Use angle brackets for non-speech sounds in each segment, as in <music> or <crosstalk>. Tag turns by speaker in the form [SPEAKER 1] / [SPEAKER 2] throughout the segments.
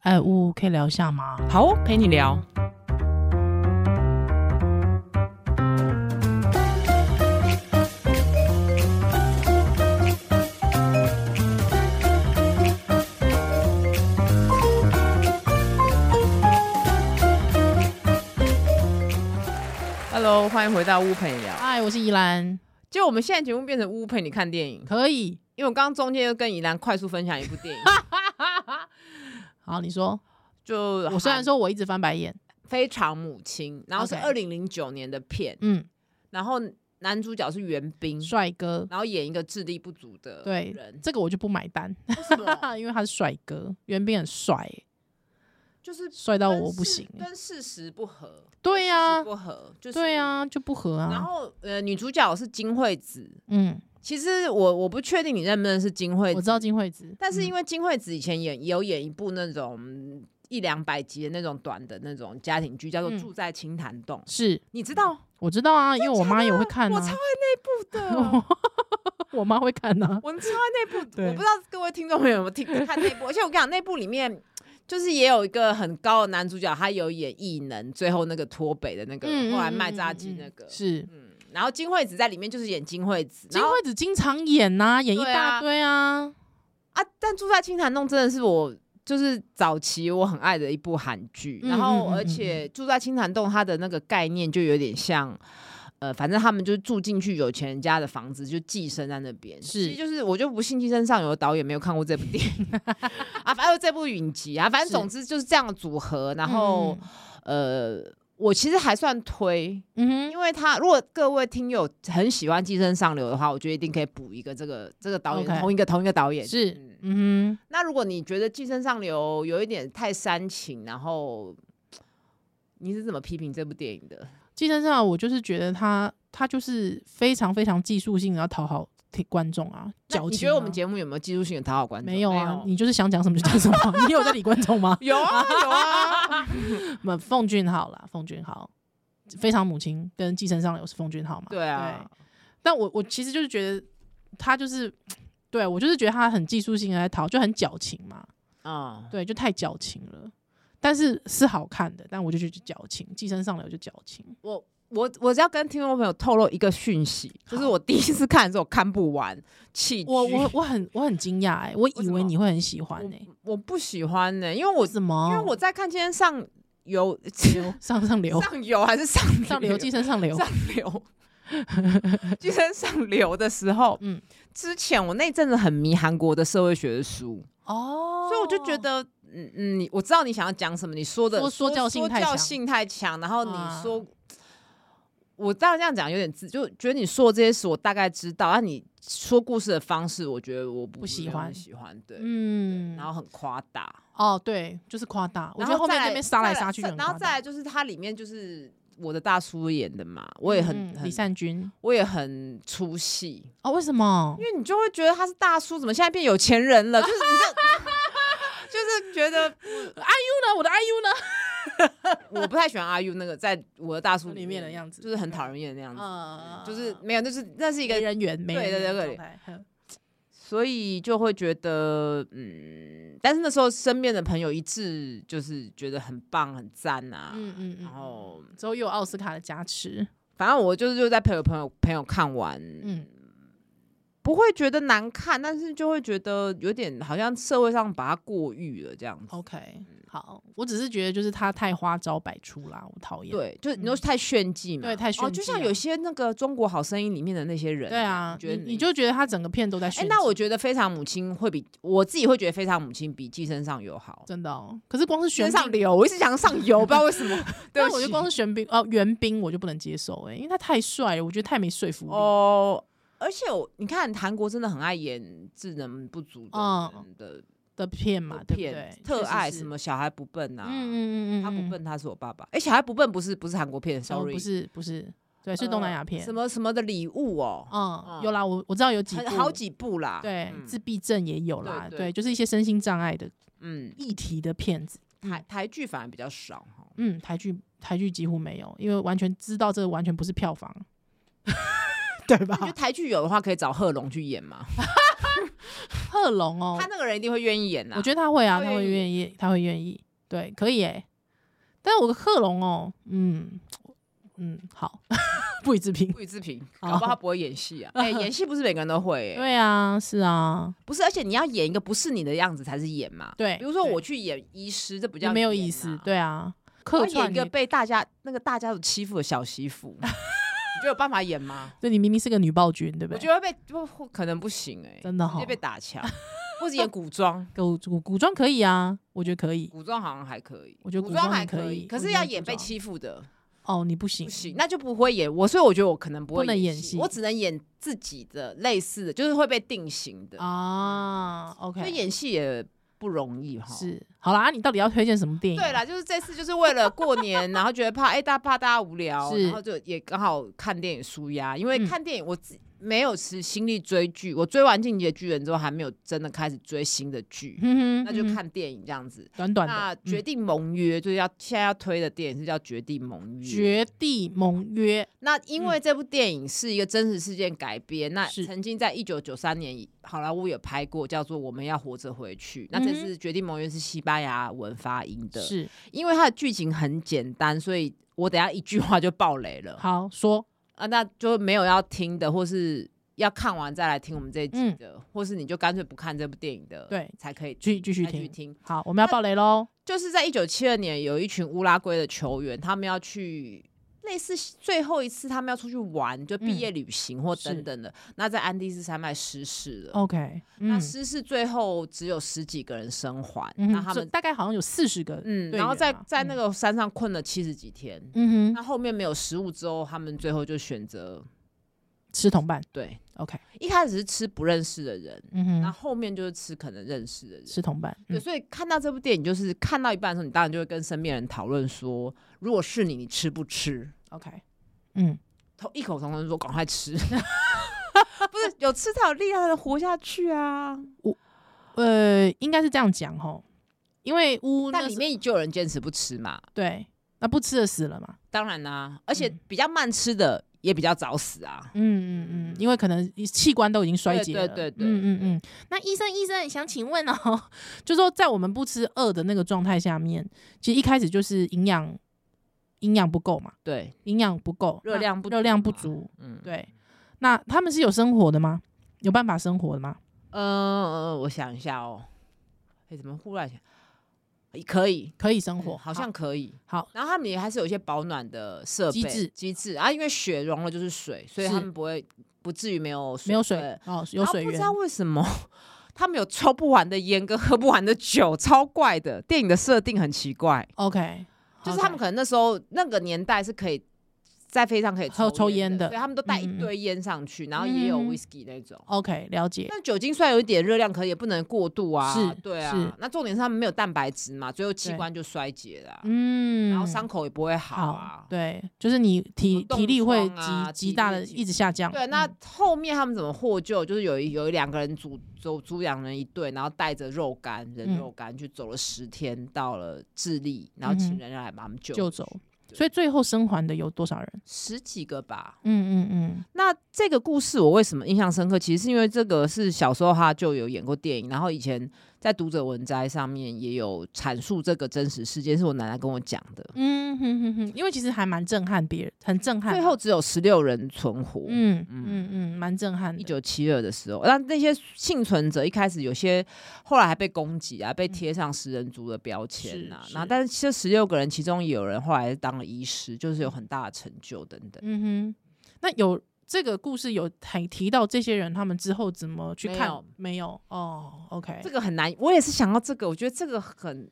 [SPEAKER 1] 哎，呜，可以聊一下吗？
[SPEAKER 2] 好哦，陪你聊。Hello，欢迎回到屋陪你聊。
[SPEAKER 1] 嗨，我是宜兰，
[SPEAKER 2] 就我们现在节目变成屋陪你看电影，
[SPEAKER 1] 可以。
[SPEAKER 2] 因为我刚刚中间又跟怡兰快速分享一部电影，
[SPEAKER 1] 好，你说。
[SPEAKER 2] 就
[SPEAKER 1] 我虽然说我一直翻白眼，
[SPEAKER 2] 非常母亲，然后是
[SPEAKER 1] OK
[SPEAKER 2] 二零零九年的片，
[SPEAKER 1] 嗯，
[SPEAKER 2] 然后男主角是袁冰，
[SPEAKER 1] 帅哥，
[SPEAKER 2] 然后演一个智力不足的
[SPEAKER 1] 对
[SPEAKER 2] 人，哦
[SPEAKER 1] 这个我就不买单，
[SPEAKER 2] 为什
[SPEAKER 1] <laughs>
[SPEAKER 2] 么
[SPEAKER 1] 因为他是帅哥，袁冰很帅欸、
[SPEAKER 2] 就是
[SPEAKER 1] <laughs> 帅到
[SPEAKER 2] 跟
[SPEAKER 1] 我不
[SPEAKER 2] 事
[SPEAKER 1] 行欸。
[SPEAKER 2] 跟事实不合，
[SPEAKER 1] 对呀、
[SPEAKER 2] 不合，就是
[SPEAKER 1] 对呀、。就不合啊。
[SPEAKER 2] 然后呃，女主角是金惠子，
[SPEAKER 1] 嗯，
[SPEAKER 2] 其实我我不确定你认不认识金惠
[SPEAKER 1] 我
[SPEAKER 2] 子，
[SPEAKER 1] 知道嗯金惠子，
[SPEAKER 2] 但是因
[SPEAKER 1] 为、
[SPEAKER 2] 为金惠子以前演有演一部那种一两百集的那种短的那种家庭剧，叫做
[SPEAKER 1] 嗯
[SPEAKER 2] 《住在青潭洞》，
[SPEAKER 1] 是
[SPEAKER 2] 你
[SPEAKER 1] <laughs>
[SPEAKER 2] 知道？
[SPEAKER 1] 我知道啊，因为我妈也会看
[SPEAKER 2] 我
[SPEAKER 1] 啊
[SPEAKER 2] 超爱，那部的。
[SPEAKER 1] <laughs> 我妈会看啊。，
[SPEAKER 2] 我们超爱那部
[SPEAKER 1] 对
[SPEAKER 2] 我不知道各位听众朋友有没有听看那部，而且我跟你讲，那部里面就是也有一个很高的男主角，他有演异能，最后那个脱北的那个，
[SPEAKER 1] 嗯，
[SPEAKER 2] 后来
[SPEAKER 1] 嗯
[SPEAKER 2] 卖
[SPEAKER 1] 嗯
[SPEAKER 2] 炸
[SPEAKER 1] 嗯
[SPEAKER 2] 鸡
[SPEAKER 1] 嗯
[SPEAKER 2] 那个，
[SPEAKER 1] 是
[SPEAKER 2] 嗯然后金惠子在里面就是演金惠子，
[SPEAKER 1] 金
[SPEAKER 2] 然后
[SPEAKER 1] 惠子经常演呐、演一
[SPEAKER 2] 对
[SPEAKER 1] 大
[SPEAKER 2] 啊
[SPEAKER 1] 堆啊。
[SPEAKER 2] 啊，但住在青潭洞真的是我。就是早期我很爱的一部韩剧，
[SPEAKER 1] 嗯
[SPEAKER 2] 然
[SPEAKER 1] 嗯嗯
[SPEAKER 2] 后
[SPEAKER 1] 嗯
[SPEAKER 2] 而且住在青潭洞，它的那个概念就有点像，呃，反正他们就是住进去有钱人家的房子，就寄生在那边。
[SPEAKER 1] 是
[SPEAKER 2] 其实就是我就不信寄生上游的导演没有看过这部电影 <laughs> 啊，反正这部影集啊，反正
[SPEAKER 1] 是
[SPEAKER 2] 总之就是这样的组合。然后、呃，我其实还算推，
[SPEAKER 1] 嗯，嗯哼，
[SPEAKER 2] 因为他如果各位听友很喜欢《寄生上流》的话，我觉得一定可以补一个这个这个导演
[SPEAKER 1] OK
[SPEAKER 2] 同一个同一个导演
[SPEAKER 1] 是
[SPEAKER 2] 嗯，
[SPEAKER 1] 嗯哼，
[SPEAKER 2] 那如果你觉得《寄生上流》有一点太煽情，然后你是怎么批评这部电影的？
[SPEAKER 1] 寄生上流啊我就是觉得他他就是非常非常技术性，然后讨好听观众啊，
[SPEAKER 2] 那
[SPEAKER 1] 矫情、啊。
[SPEAKER 2] 你觉得我们节目有没有技术性的讨好观众？
[SPEAKER 1] 没有啊？你就是想讲什么就讲什么，啊 <laughs> 你有在理观众吗？
[SPEAKER 2] <laughs> 有啊有啊，
[SPEAKER 1] 那奉俊昊啦，奉俊昊，非常母亲跟寄生上流是奉俊昊嘛？
[SPEAKER 2] <laughs> 对啊，
[SPEAKER 1] 但我我其实就是觉得他就是，对我就是觉得他很技术性地在讨，就很矫情嘛，
[SPEAKER 2] 啊、
[SPEAKER 1] 对，就太矫情了。但是是好看的，但我就觉得矫情，寄生上流就矫情。
[SPEAKER 2] 我。我我只要跟听众朋友透露一个讯息，就是
[SPEAKER 1] 好
[SPEAKER 2] 我第一次看的时候看不完，弃
[SPEAKER 1] 我
[SPEAKER 2] 剧
[SPEAKER 1] 我我很我很惊讶哎，我以为你会很喜欢哎、
[SPEAKER 2] 我不喜欢呢、因为我
[SPEAKER 1] 为什么？
[SPEAKER 2] 因为我在看今天上游
[SPEAKER 1] 哦 <laughs> 上上流
[SPEAKER 2] <laughs> 上游还是上
[SPEAKER 1] 上流寄生上流，
[SPEAKER 2] 上流 <laughs> 寄生上流的时候，
[SPEAKER 1] 嗯
[SPEAKER 2] 嗯，之前我那阵子很迷韩国的社会学的书，
[SPEAKER 1] 哦
[SPEAKER 2] 所以我就觉得，嗯嗯，你我知道你想要讲什么，你说的
[SPEAKER 1] 说说教性太
[SPEAKER 2] 说
[SPEAKER 1] 强
[SPEAKER 2] 教性太强，然后
[SPEAKER 1] 啊
[SPEAKER 2] 你说，我当然这样讲有点自，就觉得你说的这些事我大概知道，但你说故事的方式，我觉得我不
[SPEAKER 1] 不喜
[SPEAKER 2] 没有很
[SPEAKER 1] 欢
[SPEAKER 2] 喜欢对。
[SPEAKER 1] 嗯，
[SPEAKER 2] 然后很夸大，
[SPEAKER 1] 哦对，就是夸大，我
[SPEAKER 2] 然
[SPEAKER 1] 觉得后面
[SPEAKER 2] 再
[SPEAKER 1] 那边杀
[SPEAKER 2] 再
[SPEAKER 1] 来杀去就很
[SPEAKER 2] 然
[SPEAKER 1] 夸
[SPEAKER 2] 后再
[SPEAKER 1] 大。
[SPEAKER 2] 来就是它里面就是我的大叔演的嘛，我也很、
[SPEAKER 1] 嗯
[SPEAKER 2] 很
[SPEAKER 1] 李善均
[SPEAKER 2] 我也很出戏，
[SPEAKER 1] 哦，为什么
[SPEAKER 2] 因？为你就会觉得他是大叔，怎么现在变有钱人了？就是你这，就是觉得
[SPEAKER 1] 呢，我的 IU 呢？
[SPEAKER 2] <laughs> 我不太喜欢阿 U 那个在我的大叔
[SPEAKER 1] 里面的样子
[SPEAKER 2] 就是很讨人厌的样子，
[SPEAKER 1] 呃
[SPEAKER 2] 嗯就是没有，那是那是一
[SPEAKER 1] 没
[SPEAKER 2] 个，
[SPEAKER 1] 人缘，没人
[SPEAKER 2] 对对
[SPEAKER 1] 缘
[SPEAKER 2] 对
[SPEAKER 1] 的
[SPEAKER 2] 对啊
[SPEAKER 1] 状态哼
[SPEAKER 2] 所以就会觉得嗯，但是那时候身边的朋友一致就是觉得很棒、很赞啊，
[SPEAKER 1] 嗯嗯
[SPEAKER 2] 然
[SPEAKER 1] 嗯。
[SPEAKER 2] 后
[SPEAKER 1] 之后又有奥斯卡的加持，
[SPEAKER 2] 反正我就是就在陪我朋友朋友看完，
[SPEAKER 1] 嗯，
[SPEAKER 2] 不会觉得难看，但是就会觉得有点好像社会上把它过誉了这样子。
[SPEAKER 1] OK，好，
[SPEAKER 2] 嗯
[SPEAKER 1] 我只是觉得就是他太花招百出啦，我讨厌。
[SPEAKER 2] 对，就你说太炫技嘛，
[SPEAKER 1] 嗯对太炫
[SPEAKER 2] 哦，就
[SPEAKER 1] 技
[SPEAKER 2] 像
[SPEAKER 1] 啊
[SPEAKER 2] 有些那个《中国好声音》里面的那些人，
[SPEAKER 1] 对啊，
[SPEAKER 2] 觉
[SPEAKER 1] 你
[SPEAKER 2] 得
[SPEAKER 1] 你就觉得他整个片都在
[SPEAKER 2] 哎、
[SPEAKER 1] 炫技。
[SPEAKER 2] 那我觉得《非常母亲》会比我自己会觉得《非常母亲》比《寄生上游》好，
[SPEAKER 1] 真的哦，可是光是
[SPEAKER 2] 《
[SPEAKER 1] 玄
[SPEAKER 2] 身上
[SPEAKER 1] 彬，
[SPEAKER 2] 流》我一直想上游，不知道为
[SPEAKER 1] <laughs>
[SPEAKER 2] 什么，对
[SPEAKER 1] 但
[SPEAKER 2] 不
[SPEAKER 1] 我
[SPEAKER 2] 起
[SPEAKER 1] 就光是玄彬哦，袁彬我就不能接受哎、因为他太帅了，我觉得太没说服力。
[SPEAKER 2] 哦。而且我你看，韩国真的很爱演智能不足的
[SPEAKER 1] 嗯
[SPEAKER 2] 人的
[SPEAKER 1] 的片嘛，对不
[SPEAKER 2] 片，
[SPEAKER 1] 对？
[SPEAKER 2] 特爱
[SPEAKER 1] 确实是
[SPEAKER 2] 什？么小孩不笨啊，
[SPEAKER 1] 嗯嗯嗯嗯，
[SPEAKER 2] 他不
[SPEAKER 1] 嗯，
[SPEAKER 2] 笨，他是我爸爸。哎、小孩不笨不是不是韩国片
[SPEAKER 1] 哦
[SPEAKER 2] ，sorry，呃
[SPEAKER 1] 不是不是，对，是东南亚片。
[SPEAKER 2] 什么什么的礼物哦，
[SPEAKER 1] 嗯，
[SPEAKER 2] 嗯
[SPEAKER 1] 有啦，我我知道有几
[SPEAKER 2] 很
[SPEAKER 1] 部
[SPEAKER 2] 好几部啦。
[SPEAKER 1] 对，
[SPEAKER 2] 嗯
[SPEAKER 1] 自闭症也有啦，
[SPEAKER 2] 对对
[SPEAKER 1] 对，就是一些身心障碍的
[SPEAKER 2] 嗯，
[SPEAKER 1] 议题的片子。
[SPEAKER 2] 台台剧反而比较少哈。
[SPEAKER 1] 嗯，台剧台剧几乎没有，因为完全知道这完全不是票房， <laughs> 对
[SPEAKER 2] 那你觉
[SPEAKER 1] 吧
[SPEAKER 2] 得？台剧有的话，可以找贺龙去演吗？
[SPEAKER 1] 贺龙哦
[SPEAKER 2] 他，那个人一定会愿意演啦。
[SPEAKER 1] 我觉得他会啊，
[SPEAKER 2] 他
[SPEAKER 1] 他
[SPEAKER 2] 愿
[SPEAKER 1] 会
[SPEAKER 2] 意
[SPEAKER 1] 愿意，他会愿意，对，可以诶、但是我的贺龙哦，嗯嗯，好， <laughs> 不予置评。
[SPEAKER 2] 不予置评，
[SPEAKER 1] 好
[SPEAKER 2] 搞不好他不会演戏啊。
[SPEAKER 1] <laughs>
[SPEAKER 2] 哎，演戏不是每个人都会，哎，
[SPEAKER 1] 对啊，是啊，
[SPEAKER 2] 不是，而且你要演一个不是你的样子才是演嘛。
[SPEAKER 1] 对
[SPEAKER 2] 比如说
[SPEAKER 1] 对
[SPEAKER 2] 我去演医师，这不
[SPEAKER 1] 也
[SPEAKER 2] 叫
[SPEAKER 1] 没有
[SPEAKER 2] 演
[SPEAKER 1] 意
[SPEAKER 2] 啊
[SPEAKER 1] 思，，对啊，
[SPEAKER 2] 我
[SPEAKER 1] 客
[SPEAKER 2] 要演
[SPEAKER 1] 串
[SPEAKER 2] 一个
[SPEAKER 1] 你，
[SPEAKER 2] 被大家那个大家都欺负的小
[SPEAKER 1] <laughs>
[SPEAKER 2] 媳妇，你觉得有办法演吗？
[SPEAKER 1] 对你明明是个女暴君，对不
[SPEAKER 2] 我
[SPEAKER 1] 对？
[SPEAKER 2] 觉得被不不可能不行哎，
[SPEAKER 1] 真的
[SPEAKER 2] 直
[SPEAKER 1] 哈
[SPEAKER 2] 接，被打 <laughs> 枪，或者演古装，
[SPEAKER 1] 古古古装可以啊，我觉得可以。
[SPEAKER 2] <laughs> 古装好像还可以，
[SPEAKER 1] 我觉得古
[SPEAKER 2] 装
[SPEAKER 1] 装
[SPEAKER 2] 还
[SPEAKER 1] 也可
[SPEAKER 2] 可
[SPEAKER 1] 以
[SPEAKER 2] 可
[SPEAKER 1] 我
[SPEAKER 2] 是
[SPEAKER 1] 觉
[SPEAKER 2] 要
[SPEAKER 1] 得
[SPEAKER 2] 演
[SPEAKER 1] 古
[SPEAKER 2] 被
[SPEAKER 1] 装
[SPEAKER 2] 欺负的
[SPEAKER 1] 哦，你不行
[SPEAKER 2] 不，行，那就不会演我，所以我觉得我可能不会
[SPEAKER 1] 不能演
[SPEAKER 2] 演戏，
[SPEAKER 1] 戏
[SPEAKER 2] 我只能演自己的类似的，就是会被定型的。
[SPEAKER 1] 啊
[SPEAKER 2] 所
[SPEAKER 1] 哦
[SPEAKER 2] 以
[SPEAKER 1] ，OK，
[SPEAKER 2] 演戏也不容易哈。。
[SPEAKER 1] 是好啦，啊你到底要推荐什么电影？啊
[SPEAKER 2] 对，啦，就是这次就是为了过年，然后觉得怕哎、大家怕大家无聊，
[SPEAKER 1] 是
[SPEAKER 2] 然后就也刚好看电影舒压，因为
[SPEAKER 1] 嗯
[SPEAKER 2] 看电影我自没有是心力追剧，我追完《进击的巨人》之后还没有真的开始追新的剧，
[SPEAKER 1] 嗯哼，
[SPEAKER 2] 那就
[SPEAKER 1] 嗯哼
[SPEAKER 2] 看电影这样子。
[SPEAKER 1] 短短的
[SPEAKER 2] 那《
[SPEAKER 1] 嗯
[SPEAKER 2] 决定盟约》就是要现在要推的电影是叫《决定盟约》，
[SPEAKER 1] 绝地盟约，
[SPEAKER 2] 那因为这部电影是一个真实事件改编，那
[SPEAKER 1] 嗯是
[SPEAKER 2] 曾经在一九九三年好莱坞有拍过，叫做《我们要活着回去》。那这
[SPEAKER 1] 嗯哼
[SPEAKER 2] 次《决定盟约》是西班牙文发音的，
[SPEAKER 1] 是
[SPEAKER 2] 因为它的剧情很简单，所以我等一下一句话就爆雷了
[SPEAKER 1] 好说，
[SPEAKER 2] 啊，那就没有要听的，或是要看完再来听我们这一集
[SPEAKER 1] 嗯
[SPEAKER 2] 的，或是你就干脆不看这部电影的，
[SPEAKER 1] 对
[SPEAKER 2] 才可以
[SPEAKER 1] 继继续
[SPEAKER 2] 再去
[SPEAKER 1] 听。
[SPEAKER 2] 听。
[SPEAKER 1] 好，我们要爆雷喽。
[SPEAKER 2] 就是在一九七二年，有一群乌拉圭的球员，他们要去类似最后一次，他们要出去玩，就
[SPEAKER 1] 嗯
[SPEAKER 2] 毕业旅行或等等的。那在安第斯山脉失事了，
[SPEAKER 1] OK，
[SPEAKER 2] 那
[SPEAKER 1] 嗯
[SPEAKER 2] 失事最后只有十几个人生还，
[SPEAKER 1] 嗯
[SPEAKER 2] 那
[SPEAKER 1] 哼，
[SPEAKER 2] 他
[SPEAKER 1] 这
[SPEAKER 2] 们
[SPEAKER 1] 大概好像有四十个，
[SPEAKER 2] 嗯，
[SPEAKER 1] 队
[SPEAKER 2] 然后
[SPEAKER 1] 员
[SPEAKER 2] 在
[SPEAKER 1] 嘛
[SPEAKER 2] 在那个山上困了七十几天。
[SPEAKER 1] 嗯
[SPEAKER 2] 那
[SPEAKER 1] 哼，
[SPEAKER 2] 后面没有食物之后，他们最后就选择
[SPEAKER 1] 吃同伴
[SPEAKER 2] 对，
[SPEAKER 1] ，OK，
[SPEAKER 2] 一开始是吃不认识的人，
[SPEAKER 1] 嗯哼，
[SPEAKER 2] 那后面就是吃可能认识的人。
[SPEAKER 1] 吃同伴，
[SPEAKER 2] 对，
[SPEAKER 1] 嗯
[SPEAKER 2] 所以看到这部电影，就是看到一半的时候，你当然就会跟身边人讨论说，如果是你，你吃不吃？
[SPEAKER 1] ，OK，嗯，
[SPEAKER 2] 同异口同声说赶快吃， <laughs> 不是有吃才有力量的活下去啊。
[SPEAKER 1] 呃，应该是这样讲吼，因为乌那
[SPEAKER 2] 但里
[SPEAKER 1] 时
[SPEAKER 2] 面就有人坚持不吃嘛，
[SPEAKER 1] 对，那不吃的死了嘛，
[SPEAKER 2] 当然啦、啊而且
[SPEAKER 1] 嗯
[SPEAKER 2] 比较慢吃的也比较早死啊。
[SPEAKER 1] 嗯嗯嗯，因为可能器官都已经衰竭了，
[SPEAKER 2] 对对对对
[SPEAKER 1] 嗯嗯嗯。那医生医生想请问哦，就说在我们不吃饿的那个状态下面，其实一开始就是营养营养不够嘛，
[SPEAKER 2] 对，
[SPEAKER 1] 营养不够，
[SPEAKER 2] 热量不
[SPEAKER 1] 那热量不
[SPEAKER 2] 嘛，
[SPEAKER 1] 足，
[SPEAKER 2] 嗯，
[SPEAKER 1] 对。那他们是有生活的吗？有办法生活的吗？
[SPEAKER 2] 呃，我想一下哦，哎、怎么忽然想，可以，
[SPEAKER 1] 可以生活，
[SPEAKER 2] 嗯好像可以。
[SPEAKER 1] 好
[SPEAKER 2] 然后他们也还是有一些保暖的设备
[SPEAKER 1] 机制
[SPEAKER 2] 机制啊，因为雪融了就是水，所以
[SPEAKER 1] 是
[SPEAKER 2] 他们不会不至于没有水
[SPEAKER 1] 没有水
[SPEAKER 2] 分
[SPEAKER 1] 哦，有水
[SPEAKER 2] 然后不
[SPEAKER 1] 源
[SPEAKER 2] 知道为什么他们有抽不完的烟跟喝不完的酒，超怪的。电影的设定很奇怪，
[SPEAKER 1] ，OK，
[SPEAKER 2] 就是他们可能那时候那个年代是可以。在飞机上可以
[SPEAKER 1] 喝抽
[SPEAKER 2] 烟
[SPEAKER 1] 烟的
[SPEAKER 2] 所以他们都带
[SPEAKER 1] 嗯嗯
[SPEAKER 2] 一
[SPEAKER 1] 嗯
[SPEAKER 2] 堆烟上去，然后也有
[SPEAKER 1] 嗯
[SPEAKER 2] whisky 那种。
[SPEAKER 1] OK 了解，
[SPEAKER 2] 但酒精虽然有一点热量，可也不能过度啊。
[SPEAKER 1] 是
[SPEAKER 2] 对啊
[SPEAKER 1] 是。
[SPEAKER 2] 那重点是他们没有蛋白质嘛，最后器
[SPEAKER 1] 对
[SPEAKER 2] 官就衰竭了啊、
[SPEAKER 1] 嗯，
[SPEAKER 2] 然后伤口也不会好
[SPEAKER 1] 好
[SPEAKER 2] 啊。
[SPEAKER 1] 对，就是你体
[SPEAKER 2] 什么
[SPEAKER 1] 体力会
[SPEAKER 2] 冻疮
[SPEAKER 1] 极
[SPEAKER 2] 啊体
[SPEAKER 1] 极
[SPEAKER 2] 力
[SPEAKER 1] 大的
[SPEAKER 2] 极
[SPEAKER 1] 一直下降，
[SPEAKER 2] 对，那
[SPEAKER 1] 嗯
[SPEAKER 2] 后面他们怎么获救？就是有一有一两个人组走组两人一队，然后带着肉干人
[SPEAKER 1] 嗯
[SPEAKER 2] 肉干去走了十天，到了智利，然后请
[SPEAKER 1] 嗯哼
[SPEAKER 2] 人来把他们救
[SPEAKER 1] 救
[SPEAKER 2] 出
[SPEAKER 1] 走
[SPEAKER 2] 去，对
[SPEAKER 1] 所以最后生还的有多少人？
[SPEAKER 2] 十几个吧。
[SPEAKER 1] 嗯嗯嗯，
[SPEAKER 2] 那这个故事我为什么印象深刻？其实是因为这个是小时候他就有演过电影，然后以前在读者文摘上面也有阐述这个真实事件，是我奶奶跟我讲的。
[SPEAKER 1] 嗯哼哼哼，因为其实还蛮震撼别人，很震撼啊。
[SPEAKER 2] 最后只有十六人存活。
[SPEAKER 1] 嗯，
[SPEAKER 2] 嗯
[SPEAKER 1] 嗯嗯嗯，蛮震撼
[SPEAKER 2] 一
[SPEAKER 1] 的。
[SPEAKER 2] 九七二的时候，那那些幸存者一开始有些后来还被攻击啊，被贴上食人族的标签啊。
[SPEAKER 1] 嗯是是
[SPEAKER 2] 然后，但是这十六个人，其中也有人后来当了医师，就是有很大的成就等等。
[SPEAKER 1] 嗯哼，那有这个故事有还提到这些人他们之后怎么去
[SPEAKER 2] 没
[SPEAKER 1] 看
[SPEAKER 2] 有？
[SPEAKER 1] 没有哦，OK，
[SPEAKER 2] 这个很难，我也是想到这个，我觉得这个很，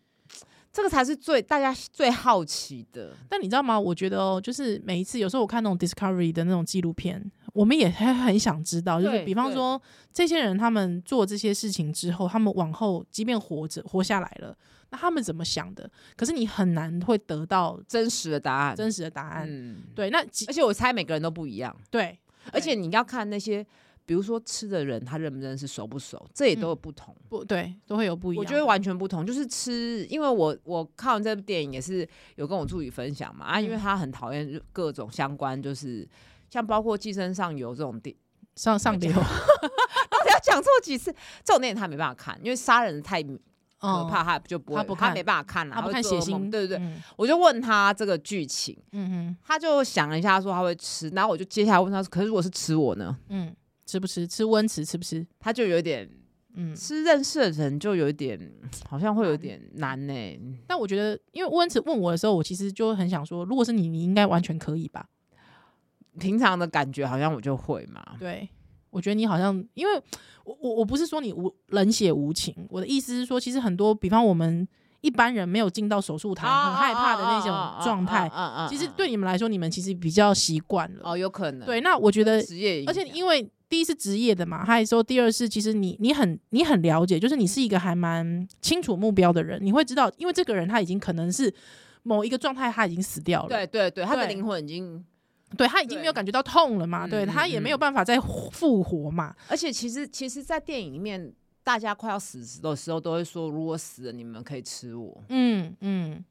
[SPEAKER 2] 这个才是最大家最好奇的。
[SPEAKER 1] 但你知道吗？我觉得哦，就是每一次有时候我看那种 Discovery 的那种纪录片，我们也还很想知道，就是
[SPEAKER 2] 对
[SPEAKER 1] 比方说这些人他们做这些事情之后，他们往后即便活着活下来了，那他们怎么想的？可是你很难会得到
[SPEAKER 2] 真实的答案，
[SPEAKER 1] 真实的答案。
[SPEAKER 2] 嗯，
[SPEAKER 1] 对，那几
[SPEAKER 2] 而且我猜每个人都不一样，
[SPEAKER 1] 对
[SPEAKER 2] 而且你要看那些，比如说吃的人，他认不认识熟不熟，这
[SPEAKER 1] 嗯
[SPEAKER 2] 也都有不同。
[SPEAKER 1] 不对都会有不一样
[SPEAKER 2] 我
[SPEAKER 1] 的。
[SPEAKER 2] 觉得完全不同，就是吃，因为我我看完这部电影也是有跟我助理分享嘛，啊，因为
[SPEAKER 1] 嗯
[SPEAKER 2] 他很讨厌各种相关，就是像包括寄生上游这种地，
[SPEAKER 1] 上上流，
[SPEAKER 2] 到底要讲错几次，重点他没办法看，因为杀人太可
[SPEAKER 1] 哦，
[SPEAKER 2] 怕，他就不会，
[SPEAKER 1] 他不看
[SPEAKER 2] 没办法看了、
[SPEAKER 1] 他不
[SPEAKER 2] 会
[SPEAKER 1] 看
[SPEAKER 2] 做
[SPEAKER 1] 血
[SPEAKER 2] 噩梦
[SPEAKER 1] 腥，
[SPEAKER 2] 对对对。
[SPEAKER 1] 嗯
[SPEAKER 2] 我就问他这个剧情，
[SPEAKER 1] 嗯
[SPEAKER 2] 他就想了一下说他会吃，然后我就接下来问他，可是如果是吃我呢？
[SPEAKER 1] 哼嗯，吃不吃？吃温池吃不吃？
[SPEAKER 2] 他就有点
[SPEAKER 1] 嗯，
[SPEAKER 2] 吃认识的人就有点好像会有点难呢、
[SPEAKER 1] 但我觉得，因为温池问我的时候，我其实就很想说，如果是你，你应该完全可以吧？
[SPEAKER 2] 平常的感觉好像我就会嘛，
[SPEAKER 1] 对，我觉得你好像，因为我我我不是说你无冷血无情，我的意思是说，其实很多，比方我们一般人没有进到手术台，很害怕的那种状态，
[SPEAKER 2] 嗯嗯
[SPEAKER 1] 其实对你们来说，你们其实比较习惯了。
[SPEAKER 2] 哦有可能
[SPEAKER 1] 对，那我觉得，
[SPEAKER 2] 职业影
[SPEAKER 1] 而
[SPEAKER 2] 响，
[SPEAKER 1] 且因为第一是职业的嘛，还有说第二是其实你你很你很了解，就是你是一个还蛮清楚目标的人，你会知道，因为这个人他已经可能是某一个状态，他已经死掉了，
[SPEAKER 2] 对对对，他的
[SPEAKER 1] 对
[SPEAKER 2] 灵魂已经，
[SPEAKER 1] 对他已经
[SPEAKER 2] 对
[SPEAKER 1] 没有感觉到痛了嘛，
[SPEAKER 2] 嗯
[SPEAKER 1] 对
[SPEAKER 2] 嗯
[SPEAKER 1] 他也
[SPEAKER 2] 嗯
[SPEAKER 1] 没有办法再复活嘛，
[SPEAKER 2] 而且其实其实，在电影里面。大家快要死的时候，都会说：“如果死了，你们可以吃我。
[SPEAKER 1] 嗯嗯，”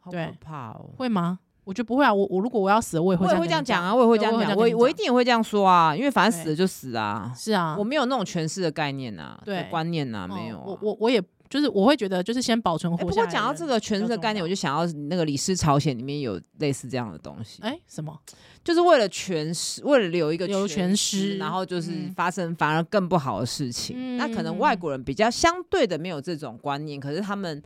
[SPEAKER 2] 好
[SPEAKER 1] 对
[SPEAKER 2] 可怕哦！
[SPEAKER 1] 会吗？我觉得不会啊，我我如果我要死了，我也会
[SPEAKER 2] 我也会
[SPEAKER 1] 跟
[SPEAKER 2] 这样
[SPEAKER 1] 你
[SPEAKER 2] 讲啊，我也会这
[SPEAKER 1] 对
[SPEAKER 2] 样
[SPEAKER 1] 我也
[SPEAKER 2] 讲，
[SPEAKER 1] 会
[SPEAKER 2] 我
[SPEAKER 1] 这样跟你
[SPEAKER 2] 我一
[SPEAKER 1] 讲
[SPEAKER 2] 定也会这样说啊，因为反正
[SPEAKER 1] 对
[SPEAKER 2] 死了就死啊，
[SPEAKER 1] 是啊，
[SPEAKER 2] 我没有那种诠释的概念啊，
[SPEAKER 1] 对
[SPEAKER 2] 的观念啊，没
[SPEAKER 1] 哦
[SPEAKER 2] 有啊。
[SPEAKER 1] 我我我也就是我会觉得就是先保存
[SPEAKER 2] 哎，
[SPEAKER 1] 活
[SPEAKER 2] 不
[SPEAKER 1] 下
[SPEAKER 2] 过
[SPEAKER 1] 来的人。
[SPEAKER 2] 讲到这个诠释的概念，我就想要那个《李氏朝鲜》里面有类似这样的东西，
[SPEAKER 1] 哎、什么？
[SPEAKER 2] 就是为了诠释，为了留一个
[SPEAKER 1] 留
[SPEAKER 2] 全
[SPEAKER 1] 全尸
[SPEAKER 2] 然后就是
[SPEAKER 1] 嗯
[SPEAKER 2] 发生反而更不好的事情。
[SPEAKER 1] 嗯
[SPEAKER 2] 那可能外国人比较相对的没有这种观念，可是他们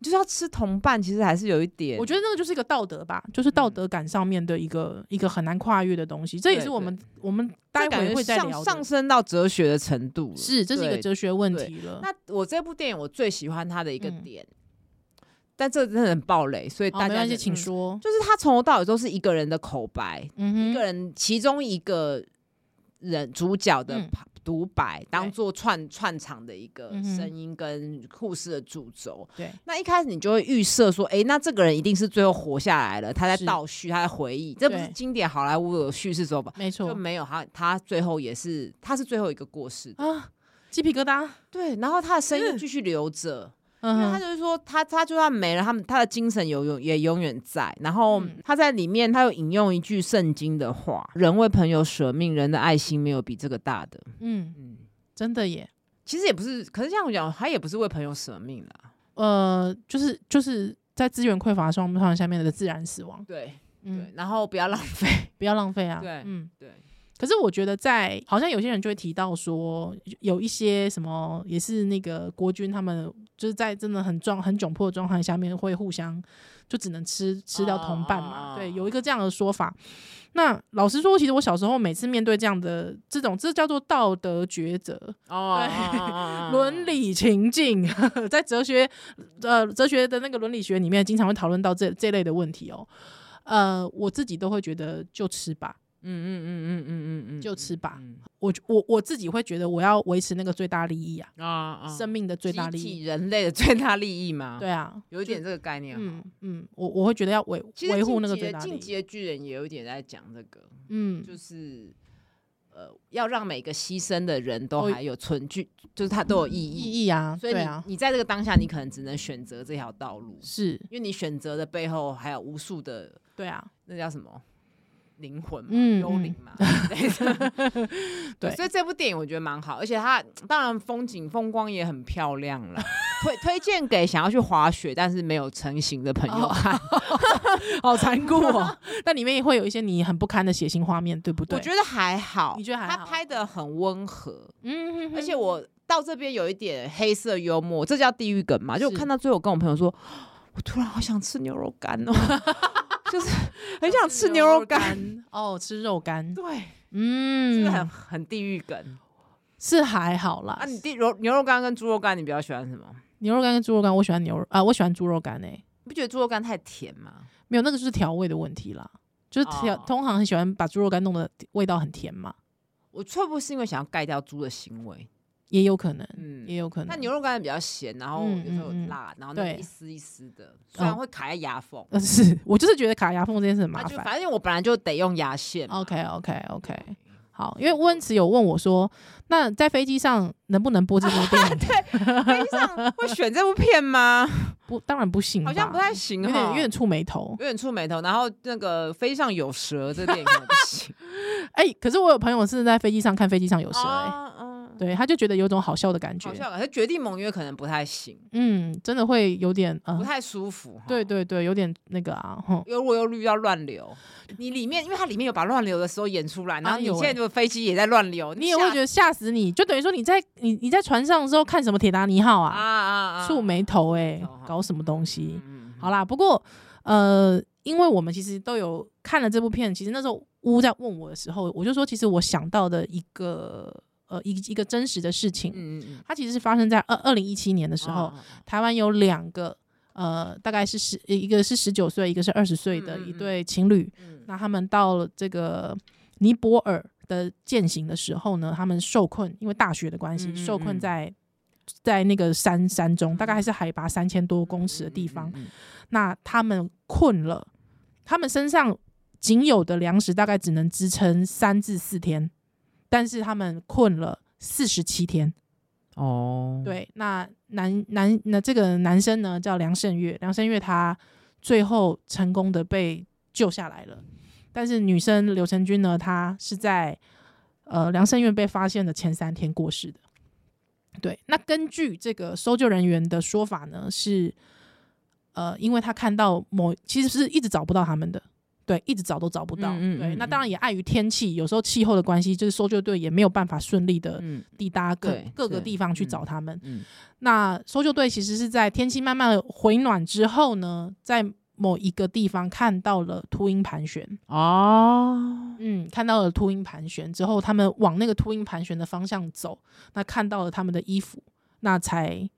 [SPEAKER 2] 就是要吃同伴，其实还是有一点。嗯
[SPEAKER 1] 我觉得那个就是一个道德吧，就是道德感上面的一个、一个很难跨越的东西。这也
[SPEAKER 2] 对
[SPEAKER 1] 是我
[SPEAKER 2] 对
[SPEAKER 1] 们我们
[SPEAKER 2] 这
[SPEAKER 1] 待
[SPEAKER 2] 感
[SPEAKER 1] 会
[SPEAKER 2] 觉
[SPEAKER 1] 会再
[SPEAKER 2] 上
[SPEAKER 1] 聊的
[SPEAKER 2] 上升到哲学的程度了。
[SPEAKER 1] 是，这是一个
[SPEAKER 2] 对
[SPEAKER 1] 哲学问
[SPEAKER 2] 对
[SPEAKER 1] 题了。
[SPEAKER 2] 那我这部电影我最喜欢它的一个
[SPEAKER 1] 嗯
[SPEAKER 2] 点，但这个真的很暴雷，所以
[SPEAKER 1] 好
[SPEAKER 2] 大
[SPEAKER 1] 没
[SPEAKER 2] 家
[SPEAKER 1] 关系，
[SPEAKER 2] 就
[SPEAKER 1] 请
[SPEAKER 2] 嗯
[SPEAKER 1] 说。
[SPEAKER 2] 就是他从头到尾都是一个人的口白，
[SPEAKER 1] 嗯
[SPEAKER 2] 一个
[SPEAKER 1] 哼，
[SPEAKER 2] 人其中一个人主角的
[SPEAKER 1] 嗯
[SPEAKER 2] 旁独白，当做串串场的一个
[SPEAKER 1] 嗯哼
[SPEAKER 2] 声音跟故事的主轴。
[SPEAKER 1] 对，
[SPEAKER 2] 那一开始你就会预设说，诶，那这个人一定是最后活下来了，他在
[SPEAKER 1] 是
[SPEAKER 2] 倒叙，他在回忆，这不是
[SPEAKER 1] 对
[SPEAKER 2] 经典好莱坞的叙事手法。
[SPEAKER 1] 没
[SPEAKER 2] 就
[SPEAKER 1] 错
[SPEAKER 2] 没有他，他最后也是，他是最后一个过世的，
[SPEAKER 1] 啊，鸡皮疙瘩。
[SPEAKER 2] 对。然后他的声音继续留着，因为
[SPEAKER 1] 嗯
[SPEAKER 2] 他
[SPEAKER 1] 哼，
[SPEAKER 2] 就是说，他他就算没了，他们他的精神有永也永远在。然后
[SPEAKER 1] 嗯
[SPEAKER 2] 他在里面，他又引用一句圣经的话：“人为朋友舍命，人的爱心没有比这个大的。
[SPEAKER 1] 嗯”，
[SPEAKER 2] 嗯，
[SPEAKER 1] 真的耶。
[SPEAKER 2] 其实也不是，可是这样讲，他也不是为朋友舍命啦。
[SPEAKER 1] 呃，就是就是在资源匮乏状况下面的自然死亡。
[SPEAKER 2] 对对
[SPEAKER 1] 嗯，，
[SPEAKER 2] 然后不要浪费。
[SPEAKER 1] 不要浪费啊。
[SPEAKER 2] 对
[SPEAKER 1] 嗯。
[SPEAKER 2] 对，
[SPEAKER 1] 可是我觉得在，好像有些人就会提到说，有一些什么也是那个国军他们就是在真的很状很窘迫的状态下面，会互相就只能吃吃掉同伴嘛。
[SPEAKER 2] 啊
[SPEAKER 1] 对，有一个这样的说法。那老实说，其实我小时候每次面对这样的这种，这叫做道德抉择、
[SPEAKER 2] 哦
[SPEAKER 1] 对
[SPEAKER 2] 哦哦哦哦
[SPEAKER 1] 伦理情境， <laughs> 在哲学呃哲学的那个伦理学里面，经常会讨论到这这类的问题哦。呃，我自己都会觉得就吃吧，
[SPEAKER 2] 嗯嗯嗯嗯嗯嗯
[SPEAKER 1] <laughs>
[SPEAKER 2] 嗯，
[SPEAKER 1] 就吃吧。
[SPEAKER 2] 嗯
[SPEAKER 1] 我我我自己会觉得我要维持那个最大利益啊，
[SPEAKER 2] 啊啊，
[SPEAKER 1] 生命的最大利
[SPEAKER 2] 集
[SPEAKER 1] 益。
[SPEAKER 2] 体人类的最大利益嘛，，
[SPEAKER 1] 对啊，
[SPEAKER 2] 有一点这个概念。
[SPEAKER 1] 嗯嗯，我我会觉得要维
[SPEAKER 2] 其实
[SPEAKER 1] 维护
[SPEAKER 2] 进
[SPEAKER 1] 那个
[SPEAKER 2] 击的
[SPEAKER 1] 最大利
[SPEAKER 2] 进
[SPEAKER 1] 益。
[SPEAKER 2] 击的巨人也有一点在讲这个。
[SPEAKER 1] 嗯，
[SPEAKER 2] 就是呃，要让每个牺牲的人都
[SPEAKER 1] 都
[SPEAKER 2] 还有存据，就是他都有意义。
[SPEAKER 1] 哦意义啊，
[SPEAKER 2] 所以
[SPEAKER 1] 对
[SPEAKER 2] 你、
[SPEAKER 1] 啊，
[SPEAKER 2] 你在这个当下，你可能只能选择这条道路，
[SPEAKER 1] 是，
[SPEAKER 2] 因为你选择的背后还有无数的
[SPEAKER 1] 对啊，
[SPEAKER 2] 那叫什么灵魂嘛、
[SPEAKER 1] 嗯
[SPEAKER 2] 幽灵
[SPEAKER 1] 嗯
[SPEAKER 2] 嘛
[SPEAKER 1] <laughs>
[SPEAKER 2] 之 <laughs> 类的。
[SPEAKER 1] 对
[SPEAKER 2] 所以这部电影我觉得蛮好，而且它当然风景风光也很漂亮
[SPEAKER 1] <laughs>
[SPEAKER 2] 了。推推荐给想要去滑雪但是没有成型的朋友
[SPEAKER 1] 哦 <laughs>
[SPEAKER 2] 看， <laughs>
[SPEAKER 1] 好残酷哦。 <laughs> 但里面也会有一些你很不堪的血腥画面，对不对？
[SPEAKER 2] 我觉得还好，
[SPEAKER 1] 你觉得还
[SPEAKER 2] 他
[SPEAKER 1] 啊好
[SPEAKER 2] 拍的很温和，
[SPEAKER 1] 嗯，嗯嗯
[SPEAKER 2] 而且
[SPEAKER 1] 嗯
[SPEAKER 2] 我到这边有一点黑色幽默，这叫地狱梗嘛？就我
[SPEAKER 1] 是
[SPEAKER 2] 看到最后，我跟我朋
[SPEAKER 1] <laughs>
[SPEAKER 2] 友说，我突然好想吃牛肉干哦，就是很想吃牛肉干。
[SPEAKER 1] 哦，吃肉干，
[SPEAKER 2] 对，是不是
[SPEAKER 1] 嗯，
[SPEAKER 2] 很
[SPEAKER 1] 啊
[SPEAKER 2] 很地狱梗
[SPEAKER 1] 是还好
[SPEAKER 2] 啊！
[SPEAKER 1] 啦。
[SPEAKER 2] 你地牛牛肉干跟猪肉干，你比较喜欢什么？
[SPEAKER 1] 牛肉干跟猪肉干，我喜欢牛肉啊，我喜欢猪肉干诶、
[SPEAKER 2] 你不觉得猪肉干太甜吗？
[SPEAKER 1] 没有那个就是调味的问题啦，就是调、
[SPEAKER 2] 哦
[SPEAKER 1] 通常很喜欢把猪肉干弄得味道很甜嘛，
[SPEAKER 2] 我会不会是因为想要盖掉猪的行为？
[SPEAKER 1] 也有可能，也
[SPEAKER 2] 嗯，
[SPEAKER 1] 有可能。
[SPEAKER 2] 那牛肉干比较咸，然后
[SPEAKER 1] 嗯
[SPEAKER 2] 有时候
[SPEAKER 1] 嗯
[SPEAKER 2] 有
[SPEAKER 1] 嗯
[SPEAKER 2] 辣，然后那
[SPEAKER 1] 对
[SPEAKER 2] 一丝一丝的，虽然会卡在牙缝，
[SPEAKER 1] 呃，是我就是觉得卡牙缝这件事很
[SPEAKER 2] 那
[SPEAKER 1] 麻
[SPEAKER 2] 就
[SPEAKER 1] 烦。
[SPEAKER 2] 反正我本来就得用牙线嘛。
[SPEAKER 1] OK OK OK，好，因为温慈有问我说，那在飞机上能不能播这部电
[SPEAKER 2] <laughs>
[SPEAKER 1] 影？
[SPEAKER 2] 飞机上会选这部
[SPEAKER 1] <laughs>
[SPEAKER 2] 片吗？
[SPEAKER 1] 不，当然不行吧，
[SPEAKER 2] 好像不太行哦
[SPEAKER 1] 有
[SPEAKER 2] 哈，
[SPEAKER 1] 点有点触眉头。
[SPEAKER 2] 有点触眉头。然后那个飞上有蛇这个电影可能不行，
[SPEAKER 1] <laughs> 哎、可是我有朋友是在飞机上看飞机上有蛇、哎、
[SPEAKER 2] 哦嗯
[SPEAKER 1] 对，他就觉得有种好笑的感觉
[SPEAKER 2] 好，笑啊感，可是绝地盟约可能不太行，
[SPEAKER 1] 嗯，真的会有点
[SPEAKER 2] 不
[SPEAKER 1] 呃，
[SPEAKER 2] 太舒服。
[SPEAKER 1] 对。对对，有点那个啊，哼，
[SPEAKER 2] 又如果又遇到乱流，你里面因为它里面有把乱流的时候演出来，然后
[SPEAKER 1] 哎
[SPEAKER 2] 你
[SPEAKER 1] 呦
[SPEAKER 2] 现
[SPEAKER 1] 喂
[SPEAKER 2] 在这个飞机也在乱流，
[SPEAKER 1] 你也会
[SPEAKER 2] 吓
[SPEAKER 1] 觉得吓死你，就等于说你在你你在船上的时候看什么铁达尼号
[SPEAKER 2] 啊
[SPEAKER 1] 啊，
[SPEAKER 2] 啊啊，
[SPEAKER 1] 触眉头哎、
[SPEAKER 2] 触眉头哈
[SPEAKER 1] 搞什么东西？
[SPEAKER 2] 嗯，嗯
[SPEAKER 1] 好啦，不过呃，因为我们其实都有看了这部片，其实那时候乌在问我的时候，我就说，其实我想到的一个呃一一个真实的事情，
[SPEAKER 2] 嗯嗯嗯，
[SPEAKER 1] 它其实是发生在二二零一七年的时候，
[SPEAKER 2] 啊，
[SPEAKER 1] 台湾有两个呃，大概是十一个是十九岁，一个是二十岁的
[SPEAKER 2] 嗯嗯嗯
[SPEAKER 1] 一对情侣，
[SPEAKER 2] 嗯
[SPEAKER 1] 那他们到了这个尼泊尔的践行的时候呢，他们受困，因为大雪的关系，
[SPEAKER 2] 嗯嗯
[SPEAKER 1] 受困
[SPEAKER 2] 嗯
[SPEAKER 1] 在在那个山山中，大概还是海拔三千多公尺的地方。，
[SPEAKER 2] 嗯嗯嗯
[SPEAKER 1] 那他们困了，他们身上仅有的粮食大概只能支撑三至四天，但是他们困了四十七天。
[SPEAKER 2] 嗯哦，
[SPEAKER 1] 对，那男男那这个男生呢叫梁胜月，梁胜月他最后成功的被救下来了，但是女生刘成君呢，她是在呃梁胜月被发现的前三天过世的。对，那根据这个搜救人员的说法呢，是呃，因为他看到某其实是一直找不到他们的。对，一直找都找不到。
[SPEAKER 2] 嗯嗯
[SPEAKER 1] 对，
[SPEAKER 2] 嗯
[SPEAKER 1] 那
[SPEAKER 2] 嗯
[SPEAKER 1] 当然也碍于天气，有时候气候的关系，就是搜救队也没有办法顺利的
[SPEAKER 2] 嗯
[SPEAKER 1] 抵达各
[SPEAKER 2] 对
[SPEAKER 1] 各个
[SPEAKER 2] 对
[SPEAKER 1] 地方去
[SPEAKER 2] 嗯
[SPEAKER 1] 找他们。
[SPEAKER 2] 嗯
[SPEAKER 1] 那搜救队其实是在天气慢慢回暖之后呢，在某一个地方看到了秃鹰盘旋，
[SPEAKER 2] 哦，
[SPEAKER 1] 嗯，看到了秃鹰盘旋之后，他们往那个秃鹰盘旋的方向走，那看到了他们的衣服，那才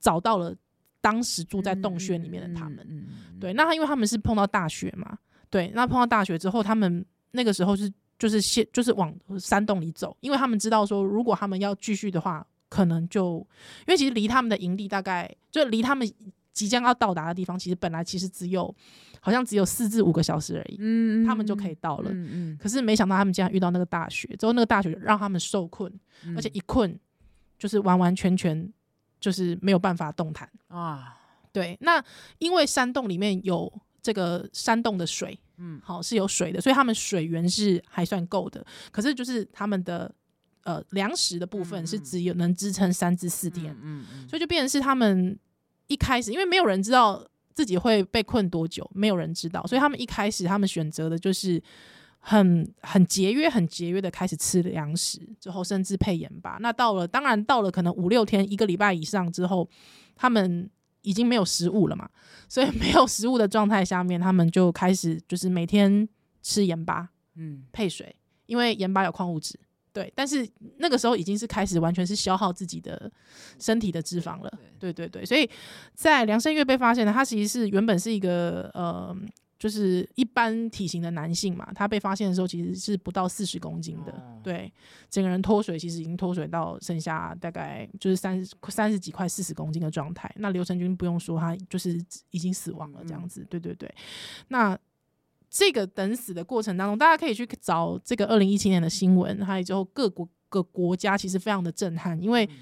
[SPEAKER 1] 找到了当时住在洞穴里面的他们。
[SPEAKER 2] 嗯，嗯，
[SPEAKER 1] 对，那他因为他们是碰到大雪嘛，对，那碰到大雪之后，他们那个时候是就是先就是往山洞里走，因为他们知道说，如果他们要继续的话，可能就因为其实离他们的营地大概就离他们即将要到达的地方，其实本来其实只有好像只有四至五个小时而已，
[SPEAKER 2] 嗯，嗯
[SPEAKER 1] 他们就可以到了。
[SPEAKER 2] 嗯
[SPEAKER 1] 可是没想到他们竟然遇到那个大雪，之后那个大雪让他们受困，
[SPEAKER 2] 嗯
[SPEAKER 1] 而且一困就是完完全全就是没有办法动弹。
[SPEAKER 2] 啊，
[SPEAKER 1] 对，那因为山洞里面有这个山洞的水，
[SPEAKER 2] 嗯
[SPEAKER 1] 好、是有水的，所以他们水源是还算够的。可是就是他们的呃粮食的部分是
[SPEAKER 2] 嗯嗯
[SPEAKER 1] 只有能支撑三至四天，
[SPEAKER 2] 嗯嗯嗯，
[SPEAKER 1] 所以就变成是他们一开始，因为没有人知道自己会被困多久，没有人知道，所以他们一开始他们选择的就是很很节约、很节约的开始吃粮食，之后甚至配盐巴。那到了，当然到了可能五六天、一个礼拜以上之后，他们。已经没有食物了嘛，所以没有食物的状态下面，他们就开始就是每天吃盐巴
[SPEAKER 2] 嗯
[SPEAKER 1] 配水，因为盐巴有矿物质。对，但是那个时候已经是开始完全是消耗自己的身体的脂肪了。对对对，所以在梁胜月被发现呢，他其实是原本是一个呃，就是一般体型的男性嘛，他被发现的时候其实是不到四十公斤的，
[SPEAKER 2] 哦
[SPEAKER 1] 对，整个人脱水，其实已经脱水到剩下大概就是三十三十几块四十公斤的状态。那刘成军不用说，他就是已经死亡了这样子，对对对。那这个等死的过程当中，大家可以去找这个二零一七年的新闻，还有之后各国各国家其实非常的震撼，因为
[SPEAKER 2] 嗯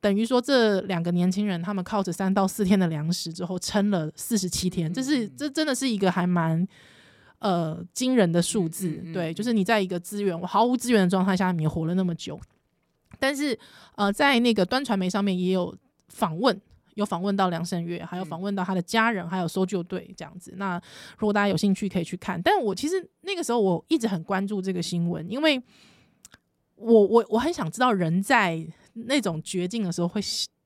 [SPEAKER 1] 等于说这两个年轻人他们靠着三到四天的粮食之后撑了四十七天，
[SPEAKER 2] 嗯
[SPEAKER 1] 这是
[SPEAKER 2] 嗯
[SPEAKER 1] 这真的是一个还蛮。呃，惊人的数字，
[SPEAKER 2] 嗯嗯嗯
[SPEAKER 1] 对，
[SPEAKER 2] 嗯
[SPEAKER 1] 就是你在一个资源毫无资源的状态下，你活了那么久，但是呃，在那个端传媒上面也有访问，有访问到梁胜月，还有
[SPEAKER 2] 嗯
[SPEAKER 1] 访问到他的家人，还有搜救队这样子。那如果大家有兴趣，可以去看。但我其实那个时候我一直很关注这个新闻，因为我我我很想知道人在那种绝境的时候会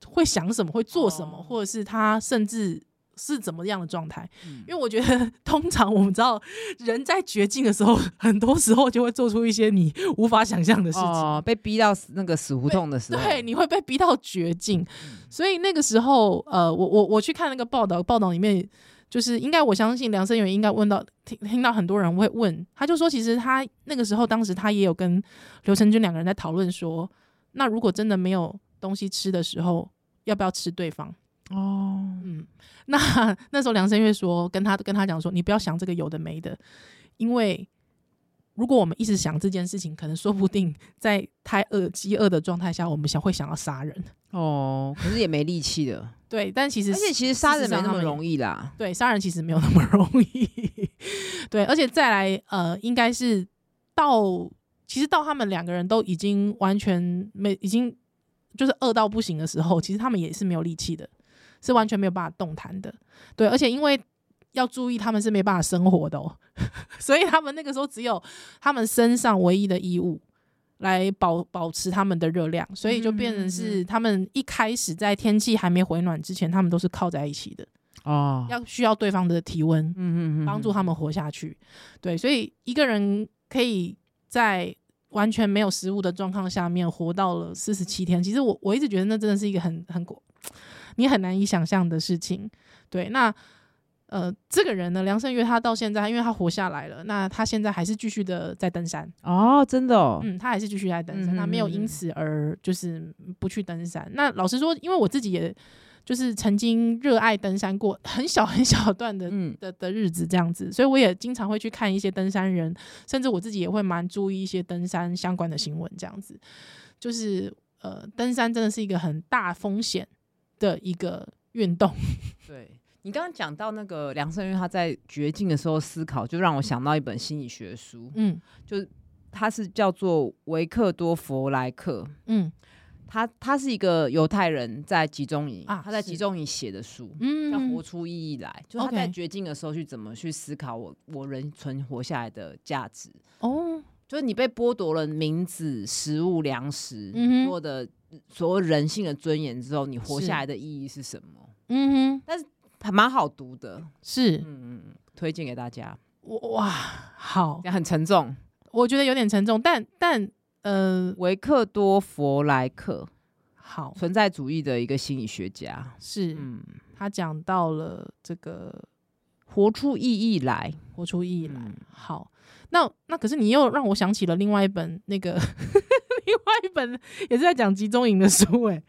[SPEAKER 1] 会想什么，会做什么，
[SPEAKER 2] 哦
[SPEAKER 1] 或者是他甚至。是怎么样的状态？
[SPEAKER 2] 嗯
[SPEAKER 1] 因为我觉得，通常我们知道，人在绝境的时候，很多时候就会做出一些你无法想象的事情。
[SPEAKER 2] 哦，被逼到死那个死胡同的时候，
[SPEAKER 1] 对，你会被逼到绝境。所以那个时候，呃，我我我去看那个报道，报道里面就是应该我相信梁生元应该问到听听到很多人会问，他就说其实他那个时候当时他也有跟刘成军两个人在讨论说，那如果真的没有东西吃的时候，要不要吃对方？ <laughs>
[SPEAKER 2] 哦，
[SPEAKER 1] 嗯，那那时候梁生月说跟他跟他讲说，你不要想这个有的没的，因为如果我们一直想这件事情，可能说不定在太饿、饥饿的状态下，我们想会想要杀人。
[SPEAKER 2] 哦，可是也没力气的，
[SPEAKER 1] 对，但其实
[SPEAKER 2] 而且其实杀人没那么容
[SPEAKER 1] 易。
[SPEAKER 2] 易啦。
[SPEAKER 1] 对，杀人其实没有那么容易。对，而且再来，呃，应该是到其实到他们两个人都已经完全没，已经就是饿到不行的时候，其实他们也是没有力气的，是完全没有办法动弹的。对，而且因为要注意，他们是没办法生活的哦， <laughs> 所以他们那个时候只有他们身上唯一的衣物来保保持他们的热量，所以就变成是他们一开始在天气还没回暖之前，他们都是靠在一起的，
[SPEAKER 2] 哦，
[SPEAKER 1] 要需要对方的体温
[SPEAKER 2] 嗯嗯
[SPEAKER 1] 帮助他们活下去。对，所以一个人可以在完全没有食物的状况下面活到了四十七天。其实我我一直觉得那真的是一个很很你很难以想象的事情。对，那呃，这个人呢，梁胜月他到现在，因为他活下来了，那他现在还是继续的在登山。
[SPEAKER 2] 哦，真的哦，
[SPEAKER 1] 嗯，他还是继续在登
[SPEAKER 2] 嗯
[SPEAKER 1] 山，
[SPEAKER 2] 哼
[SPEAKER 1] 他没有因此而就是不去登山。那老实说，因为我自己也就是曾经热爱登山过很小很小段的
[SPEAKER 2] 嗯
[SPEAKER 1] 的的日子这样子，所以我也经常会去看一些登山人，甚至我自己也会蛮注意一些登山相关的新闻这样子。就是呃，登山真的是一个很大风险的一个运动，
[SPEAKER 2] 对。你刚刚讲到那个梁胜玉，他在绝境的时候思考，就让我想到一本心理学书，
[SPEAKER 1] 嗯
[SPEAKER 2] 它是叫做维克多·弗莱克，
[SPEAKER 1] 嗯
[SPEAKER 2] 他他是一个犹太人在集中营，
[SPEAKER 1] 啊
[SPEAKER 2] 他在
[SPEAKER 1] 是
[SPEAKER 2] 集中营写的书，要
[SPEAKER 1] 嗯
[SPEAKER 2] 活，出意义来，就他在
[SPEAKER 1] OK
[SPEAKER 2] 绝境的时候去怎么去思考我我人存活下来的价值，
[SPEAKER 1] 哦，
[SPEAKER 2] 就是你被剥夺了名字、食物、粮食，
[SPEAKER 1] 嗯哼
[SPEAKER 2] 所有的所有人性的尊严之后，你活
[SPEAKER 1] 是
[SPEAKER 2] 下来的意义是什么？
[SPEAKER 1] 嗯哼，
[SPEAKER 2] 还蛮好读的，
[SPEAKER 1] 是
[SPEAKER 2] 嗯嗯，嗯，推荐给大家，
[SPEAKER 1] 哇，好
[SPEAKER 2] 这，样很沉重。
[SPEAKER 1] 我觉得有点沉重，但但呃，
[SPEAKER 2] 维克多·弗莱克，
[SPEAKER 1] 好
[SPEAKER 2] 存在主义的一个心理学家，
[SPEAKER 1] 是、
[SPEAKER 2] 嗯，
[SPEAKER 1] 他讲到了这个
[SPEAKER 2] 活出意义来，
[SPEAKER 1] 活出意义来。
[SPEAKER 2] 嗯
[SPEAKER 1] 好，那那可是你又让我想起了另外一本那个另外一本也是在讲集中营的书、欸，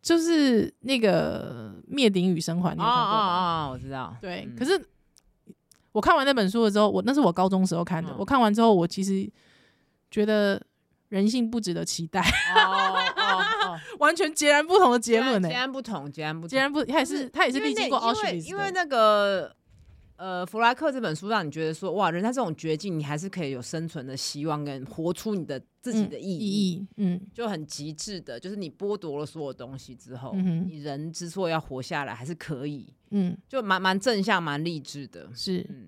[SPEAKER 1] 就是那个《灭顶与生还》，你有看过吗？
[SPEAKER 2] 啊！我知道，
[SPEAKER 1] 对，
[SPEAKER 2] 嗯
[SPEAKER 1] 可是我看完那本书了之后，我那是我高中时候看的，
[SPEAKER 2] 嗯
[SPEAKER 1] 我看完之后，我其实觉得人性不值得期待， <laughs>
[SPEAKER 2] 哦 <laughs> 哦哦，
[SPEAKER 1] 完全截然不同的结论呢、
[SPEAKER 2] 截然不同，啊截然不
[SPEAKER 1] 截
[SPEAKER 2] 同，
[SPEAKER 1] 然不，他也是他也是
[SPEAKER 2] 因为
[SPEAKER 1] 历经
[SPEAKER 2] 那
[SPEAKER 1] 过奥
[SPEAKER 2] 因
[SPEAKER 1] 斯
[SPEAKER 2] 为
[SPEAKER 1] 维
[SPEAKER 2] 因为那个。呃，弗莱克这本书让你觉得说，哇，人在这种绝境，你还是可以有生存的希望，跟活出你的自己的意义，
[SPEAKER 1] 意义，嗯
[SPEAKER 2] 就很极致的，就是你剥夺了所有东西之后，
[SPEAKER 1] 嗯哼
[SPEAKER 2] 你人之所以要活下来，还是可以，
[SPEAKER 1] 嗯
[SPEAKER 2] 就蛮蛮正向、蛮励志的。
[SPEAKER 1] 是
[SPEAKER 2] 嗯，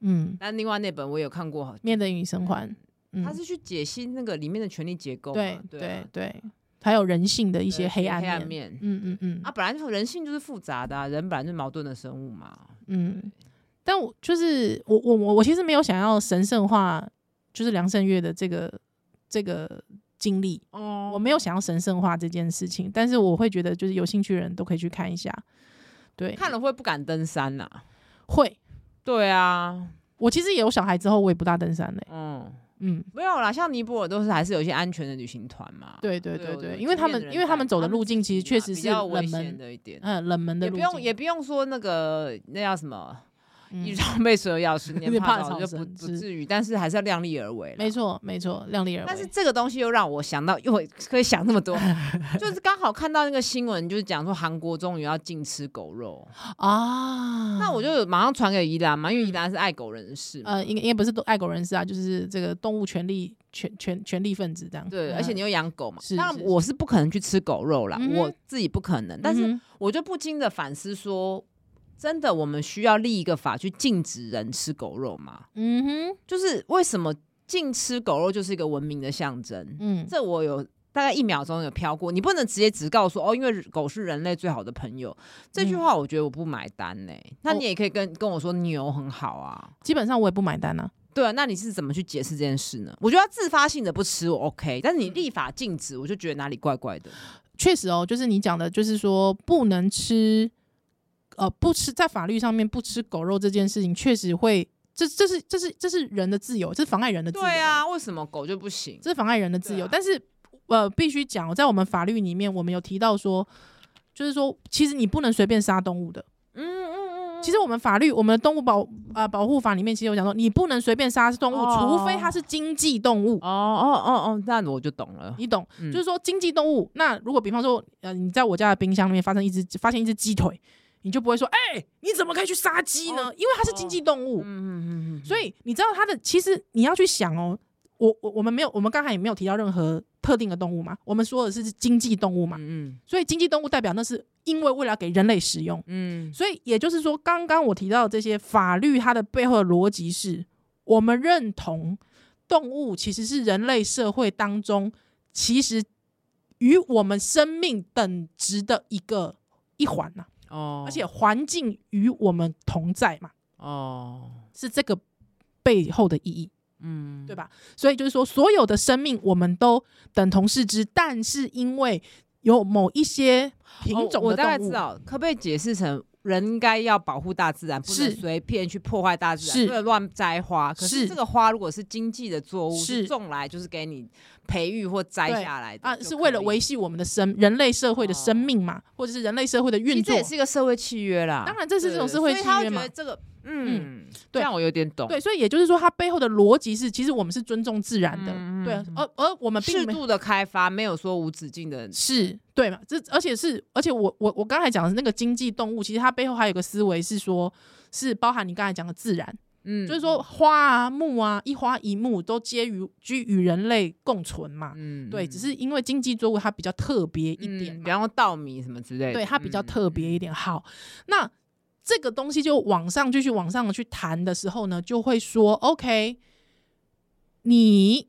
[SPEAKER 1] 嗯，
[SPEAKER 2] 但另外那本我有看过，
[SPEAKER 1] 面对与生还，嗯，
[SPEAKER 2] 他是去解析那个里面的权力结构嘛，
[SPEAKER 1] 对
[SPEAKER 2] 对
[SPEAKER 1] 对
[SPEAKER 2] 啊
[SPEAKER 1] 对，还有人性的一
[SPEAKER 2] 一
[SPEAKER 1] 些黑暗
[SPEAKER 2] 黑暗
[SPEAKER 1] 面，
[SPEAKER 2] 面，
[SPEAKER 1] 嗯嗯嗯
[SPEAKER 2] 啊，本来就人性就是复杂的、啊，人本来就是矛盾的生物嘛。
[SPEAKER 1] 嗯，但我就是我我我我其实没有想要神圣化，就是梁胜月的这个这个经历，
[SPEAKER 2] 哦
[SPEAKER 1] 嗯我没有想要神圣化这件事情，但是我会觉得就是有兴趣的人都可以去看一下，对，
[SPEAKER 2] 看了会不敢登山呐、
[SPEAKER 1] 会。
[SPEAKER 2] 对啊，
[SPEAKER 1] 我其实也有小孩之后，我也不大登山嘞、
[SPEAKER 2] 嗯，
[SPEAKER 1] 嗯，
[SPEAKER 2] 没有啦，像尼泊尔都是还是有一些安全的旅行团嘛。
[SPEAKER 1] 对对对
[SPEAKER 2] 有有
[SPEAKER 1] 对，
[SPEAKER 2] 经
[SPEAKER 1] 因为他
[SPEAKER 2] 验的
[SPEAKER 1] 们
[SPEAKER 2] 人
[SPEAKER 1] 因为他们
[SPEAKER 2] 带
[SPEAKER 1] 走的
[SPEAKER 2] 他们
[SPEAKER 1] 路
[SPEAKER 2] 自
[SPEAKER 1] 径其实
[SPEAKER 2] 己
[SPEAKER 1] 确
[SPEAKER 2] 嘛
[SPEAKER 1] 实
[SPEAKER 2] 比
[SPEAKER 1] 是
[SPEAKER 2] 较
[SPEAKER 1] 冷
[SPEAKER 2] 危险
[SPEAKER 1] 门，
[SPEAKER 2] 的一点。
[SPEAKER 1] 嗯，冷门的
[SPEAKER 2] 也
[SPEAKER 1] 路
[SPEAKER 2] 不
[SPEAKER 1] 径，
[SPEAKER 2] 用也不用说那个那叫什么，
[SPEAKER 1] 嗯
[SPEAKER 2] 一朝被蛇咬，十
[SPEAKER 1] <laughs> 你
[SPEAKER 2] 年
[SPEAKER 1] 怕
[SPEAKER 2] 怕草
[SPEAKER 1] 草
[SPEAKER 2] 就不
[SPEAKER 1] 绳
[SPEAKER 2] 不
[SPEAKER 1] 是
[SPEAKER 2] 至于，但是还是要量力而为啦。
[SPEAKER 1] 没错没错，量力而为。
[SPEAKER 2] 但是这个东西又让我想到，又可以想那么多，就是刚好看到那个新闻，就是讲说韩国终于要禁吃狗
[SPEAKER 1] <laughs>
[SPEAKER 2] 肉，
[SPEAKER 1] 嗯啊，
[SPEAKER 2] 那我就有马上传给宜兰嘛，因为宜兰是爱狗人士嘛，
[SPEAKER 1] 呃，应该应该不是都爱狗人士啊，就是这个动物权利权权权利分子这样。
[SPEAKER 2] 对，
[SPEAKER 1] 嗯
[SPEAKER 2] 而且你又养狗嘛，
[SPEAKER 1] 是
[SPEAKER 2] 当
[SPEAKER 1] 是
[SPEAKER 2] 然
[SPEAKER 1] 是
[SPEAKER 2] 我是不可能去吃狗肉啦，
[SPEAKER 1] 嗯哼
[SPEAKER 2] 我自己不可能，但是
[SPEAKER 1] 嗯哼
[SPEAKER 2] 我就不禁的反思说，真的我们需要立一个法去禁止人吃狗肉吗？
[SPEAKER 1] 嗯哼
[SPEAKER 2] 就是为什么禁吃狗肉就是一个文明的象征？
[SPEAKER 1] 嗯
[SPEAKER 2] 这我有大概一秒钟有飘过，你不能直接只告诉我哦，因为狗是人类最好的朋友这句
[SPEAKER 1] 嗯
[SPEAKER 2] 话，我觉得我不买单呢、那
[SPEAKER 1] 哦
[SPEAKER 2] 你也可以跟跟我说牛很好啊，
[SPEAKER 1] 基本上我也不买单啊。
[SPEAKER 2] 对啊，那你是怎么去解释这件事呢？我觉得自发性的不吃我 OK，但是你立法禁止，我就觉得哪里怪怪的。
[SPEAKER 1] 确实哦，就是你讲的，就是说不能吃，呃，不吃在法律上面不吃狗肉这件事情，确实会，这这是这是这是人的自由，这是妨碍人的自由，
[SPEAKER 2] 对，啊，为什么狗就不行？
[SPEAKER 1] 这是妨碍人的自由。
[SPEAKER 2] 对啊
[SPEAKER 1] 但是呃，必须讲哦，在我们法律里面，我们有提到说，就是说，其实你不能随便杀动物的。
[SPEAKER 2] 嗯嗯嗯
[SPEAKER 1] 其实我们法律，我们的动物保呃保护法里面，其实有讲说，你不能随便杀动物，
[SPEAKER 2] 哦
[SPEAKER 1] 除非它是经济动物。
[SPEAKER 2] 哦哦哦哦，那我就懂了。
[SPEAKER 1] 你懂，
[SPEAKER 2] 嗯
[SPEAKER 1] 就是说经济动物。那如果比方说，呃，你在我家的冰箱里面发生一只发现一只鸡腿，你就不会说，哎、你怎么可以去杀鸡呢？因为它是经济动物，
[SPEAKER 2] 哦嗯嗯嗯嗯，
[SPEAKER 1] 所以你知道它的。其实你要去想哦，我我我们没有，我们刚才也没有提到任何特定的动物嘛，我们说的是经济动物嘛，
[SPEAKER 2] 嗯
[SPEAKER 1] 所以经济动物代表那是因为为了给人类使用，
[SPEAKER 2] 嗯
[SPEAKER 1] 所以也就是说，刚刚我提到的这些法律，它的背后的逻辑是我们认同动物其实是人类社会当中其实与我们生命等值的一个一环呐、
[SPEAKER 2] 哦，
[SPEAKER 1] 而且环境与我们同在嘛，
[SPEAKER 2] 哦，
[SPEAKER 1] 是这个背后的意义。
[SPEAKER 2] 嗯，
[SPEAKER 1] 对吧？所以就是说，所有的生命我们都等同视之，但是因为有某一些品
[SPEAKER 2] 哦
[SPEAKER 1] 种
[SPEAKER 2] 我
[SPEAKER 1] 的
[SPEAKER 2] 大概
[SPEAKER 1] 动
[SPEAKER 2] 知
[SPEAKER 1] 物，
[SPEAKER 2] 道，可不可以解释成人应该要保护大自然，不能
[SPEAKER 1] 是
[SPEAKER 2] 随便去破坏大自然，
[SPEAKER 1] 是
[SPEAKER 2] 不能乱摘花。可是
[SPEAKER 1] 是
[SPEAKER 2] 这个花如果是经济的作物，是
[SPEAKER 1] 是
[SPEAKER 2] 种来就是给你培育或摘
[SPEAKER 1] 对
[SPEAKER 2] 下来的
[SPEAKER 1] 啊，
[SPEAKER 2] 就是
[SPEAKER 1] 为了
[SPEAKER 2] 可以哦
[SPEAKER 1] 维系我们的生人类社会的生命嘛，或者是人类社会的
[SPEAKER 2] 其
[SPEAKER 1] 运
[SPEAKER 2] 实这
[SPEAKER 1] 作
[SPEAKER 2] 也。是一个社会契约啦。
[SPEAKER 1] 当然这是
[SPEAKER 2] 对
[SPEAKER 1] 这种社会
[SPEAKER 2] 所以
[SPEAKER 1] 契
[SPEAKER 2] 他会
[SPEAKER 1] 约
[SPEAKER 2] 觉
[SPEAKER 1] 嘛
[SPEAKER 2] 得这个，嗯，这
[SPEAKER 1] 对
[SPEAKER 2] 样我有点懂。
[SPEAKER 1] 对，所以也就是说，它背后的逻辑是，其实我们是尊重自然的，
[SPEAKER 2] 嗯
[SPEAKER 1] 对啊
[SPEAKER 2] 嗯，
[SPEAKER 1] 而而我们
[SPEAKER 2] 适
[SPEAKER 1] 并没
[SPEAKER 2] 度的开发，没有说无止境的。
[SPEAKER 1] 是对嘛？这而且是，而且我我我刚才讲的是那个经济动物，其实它背后还有个思维是说，是包含你刚才讲的自然，
[SPEAKER 2] 嗯
[SPEAKER 1] 就是说，花啊、木啊，一花一木都皆于居与人类共存嘛。
[SPEAKER 2] 嗯
[SPEAKER 1] 对，只是因为经济作物它比较特别一点嘛，
[SPEAKER 2] 然后稻米什么之类的，
[SPEAKER 1] 对它比较
[SPEAKER 2] 嗯
[SPEAKER 1] 特别一点。好，那这个东西就往上继续往上的去谈的时候呢，就会说，OK，你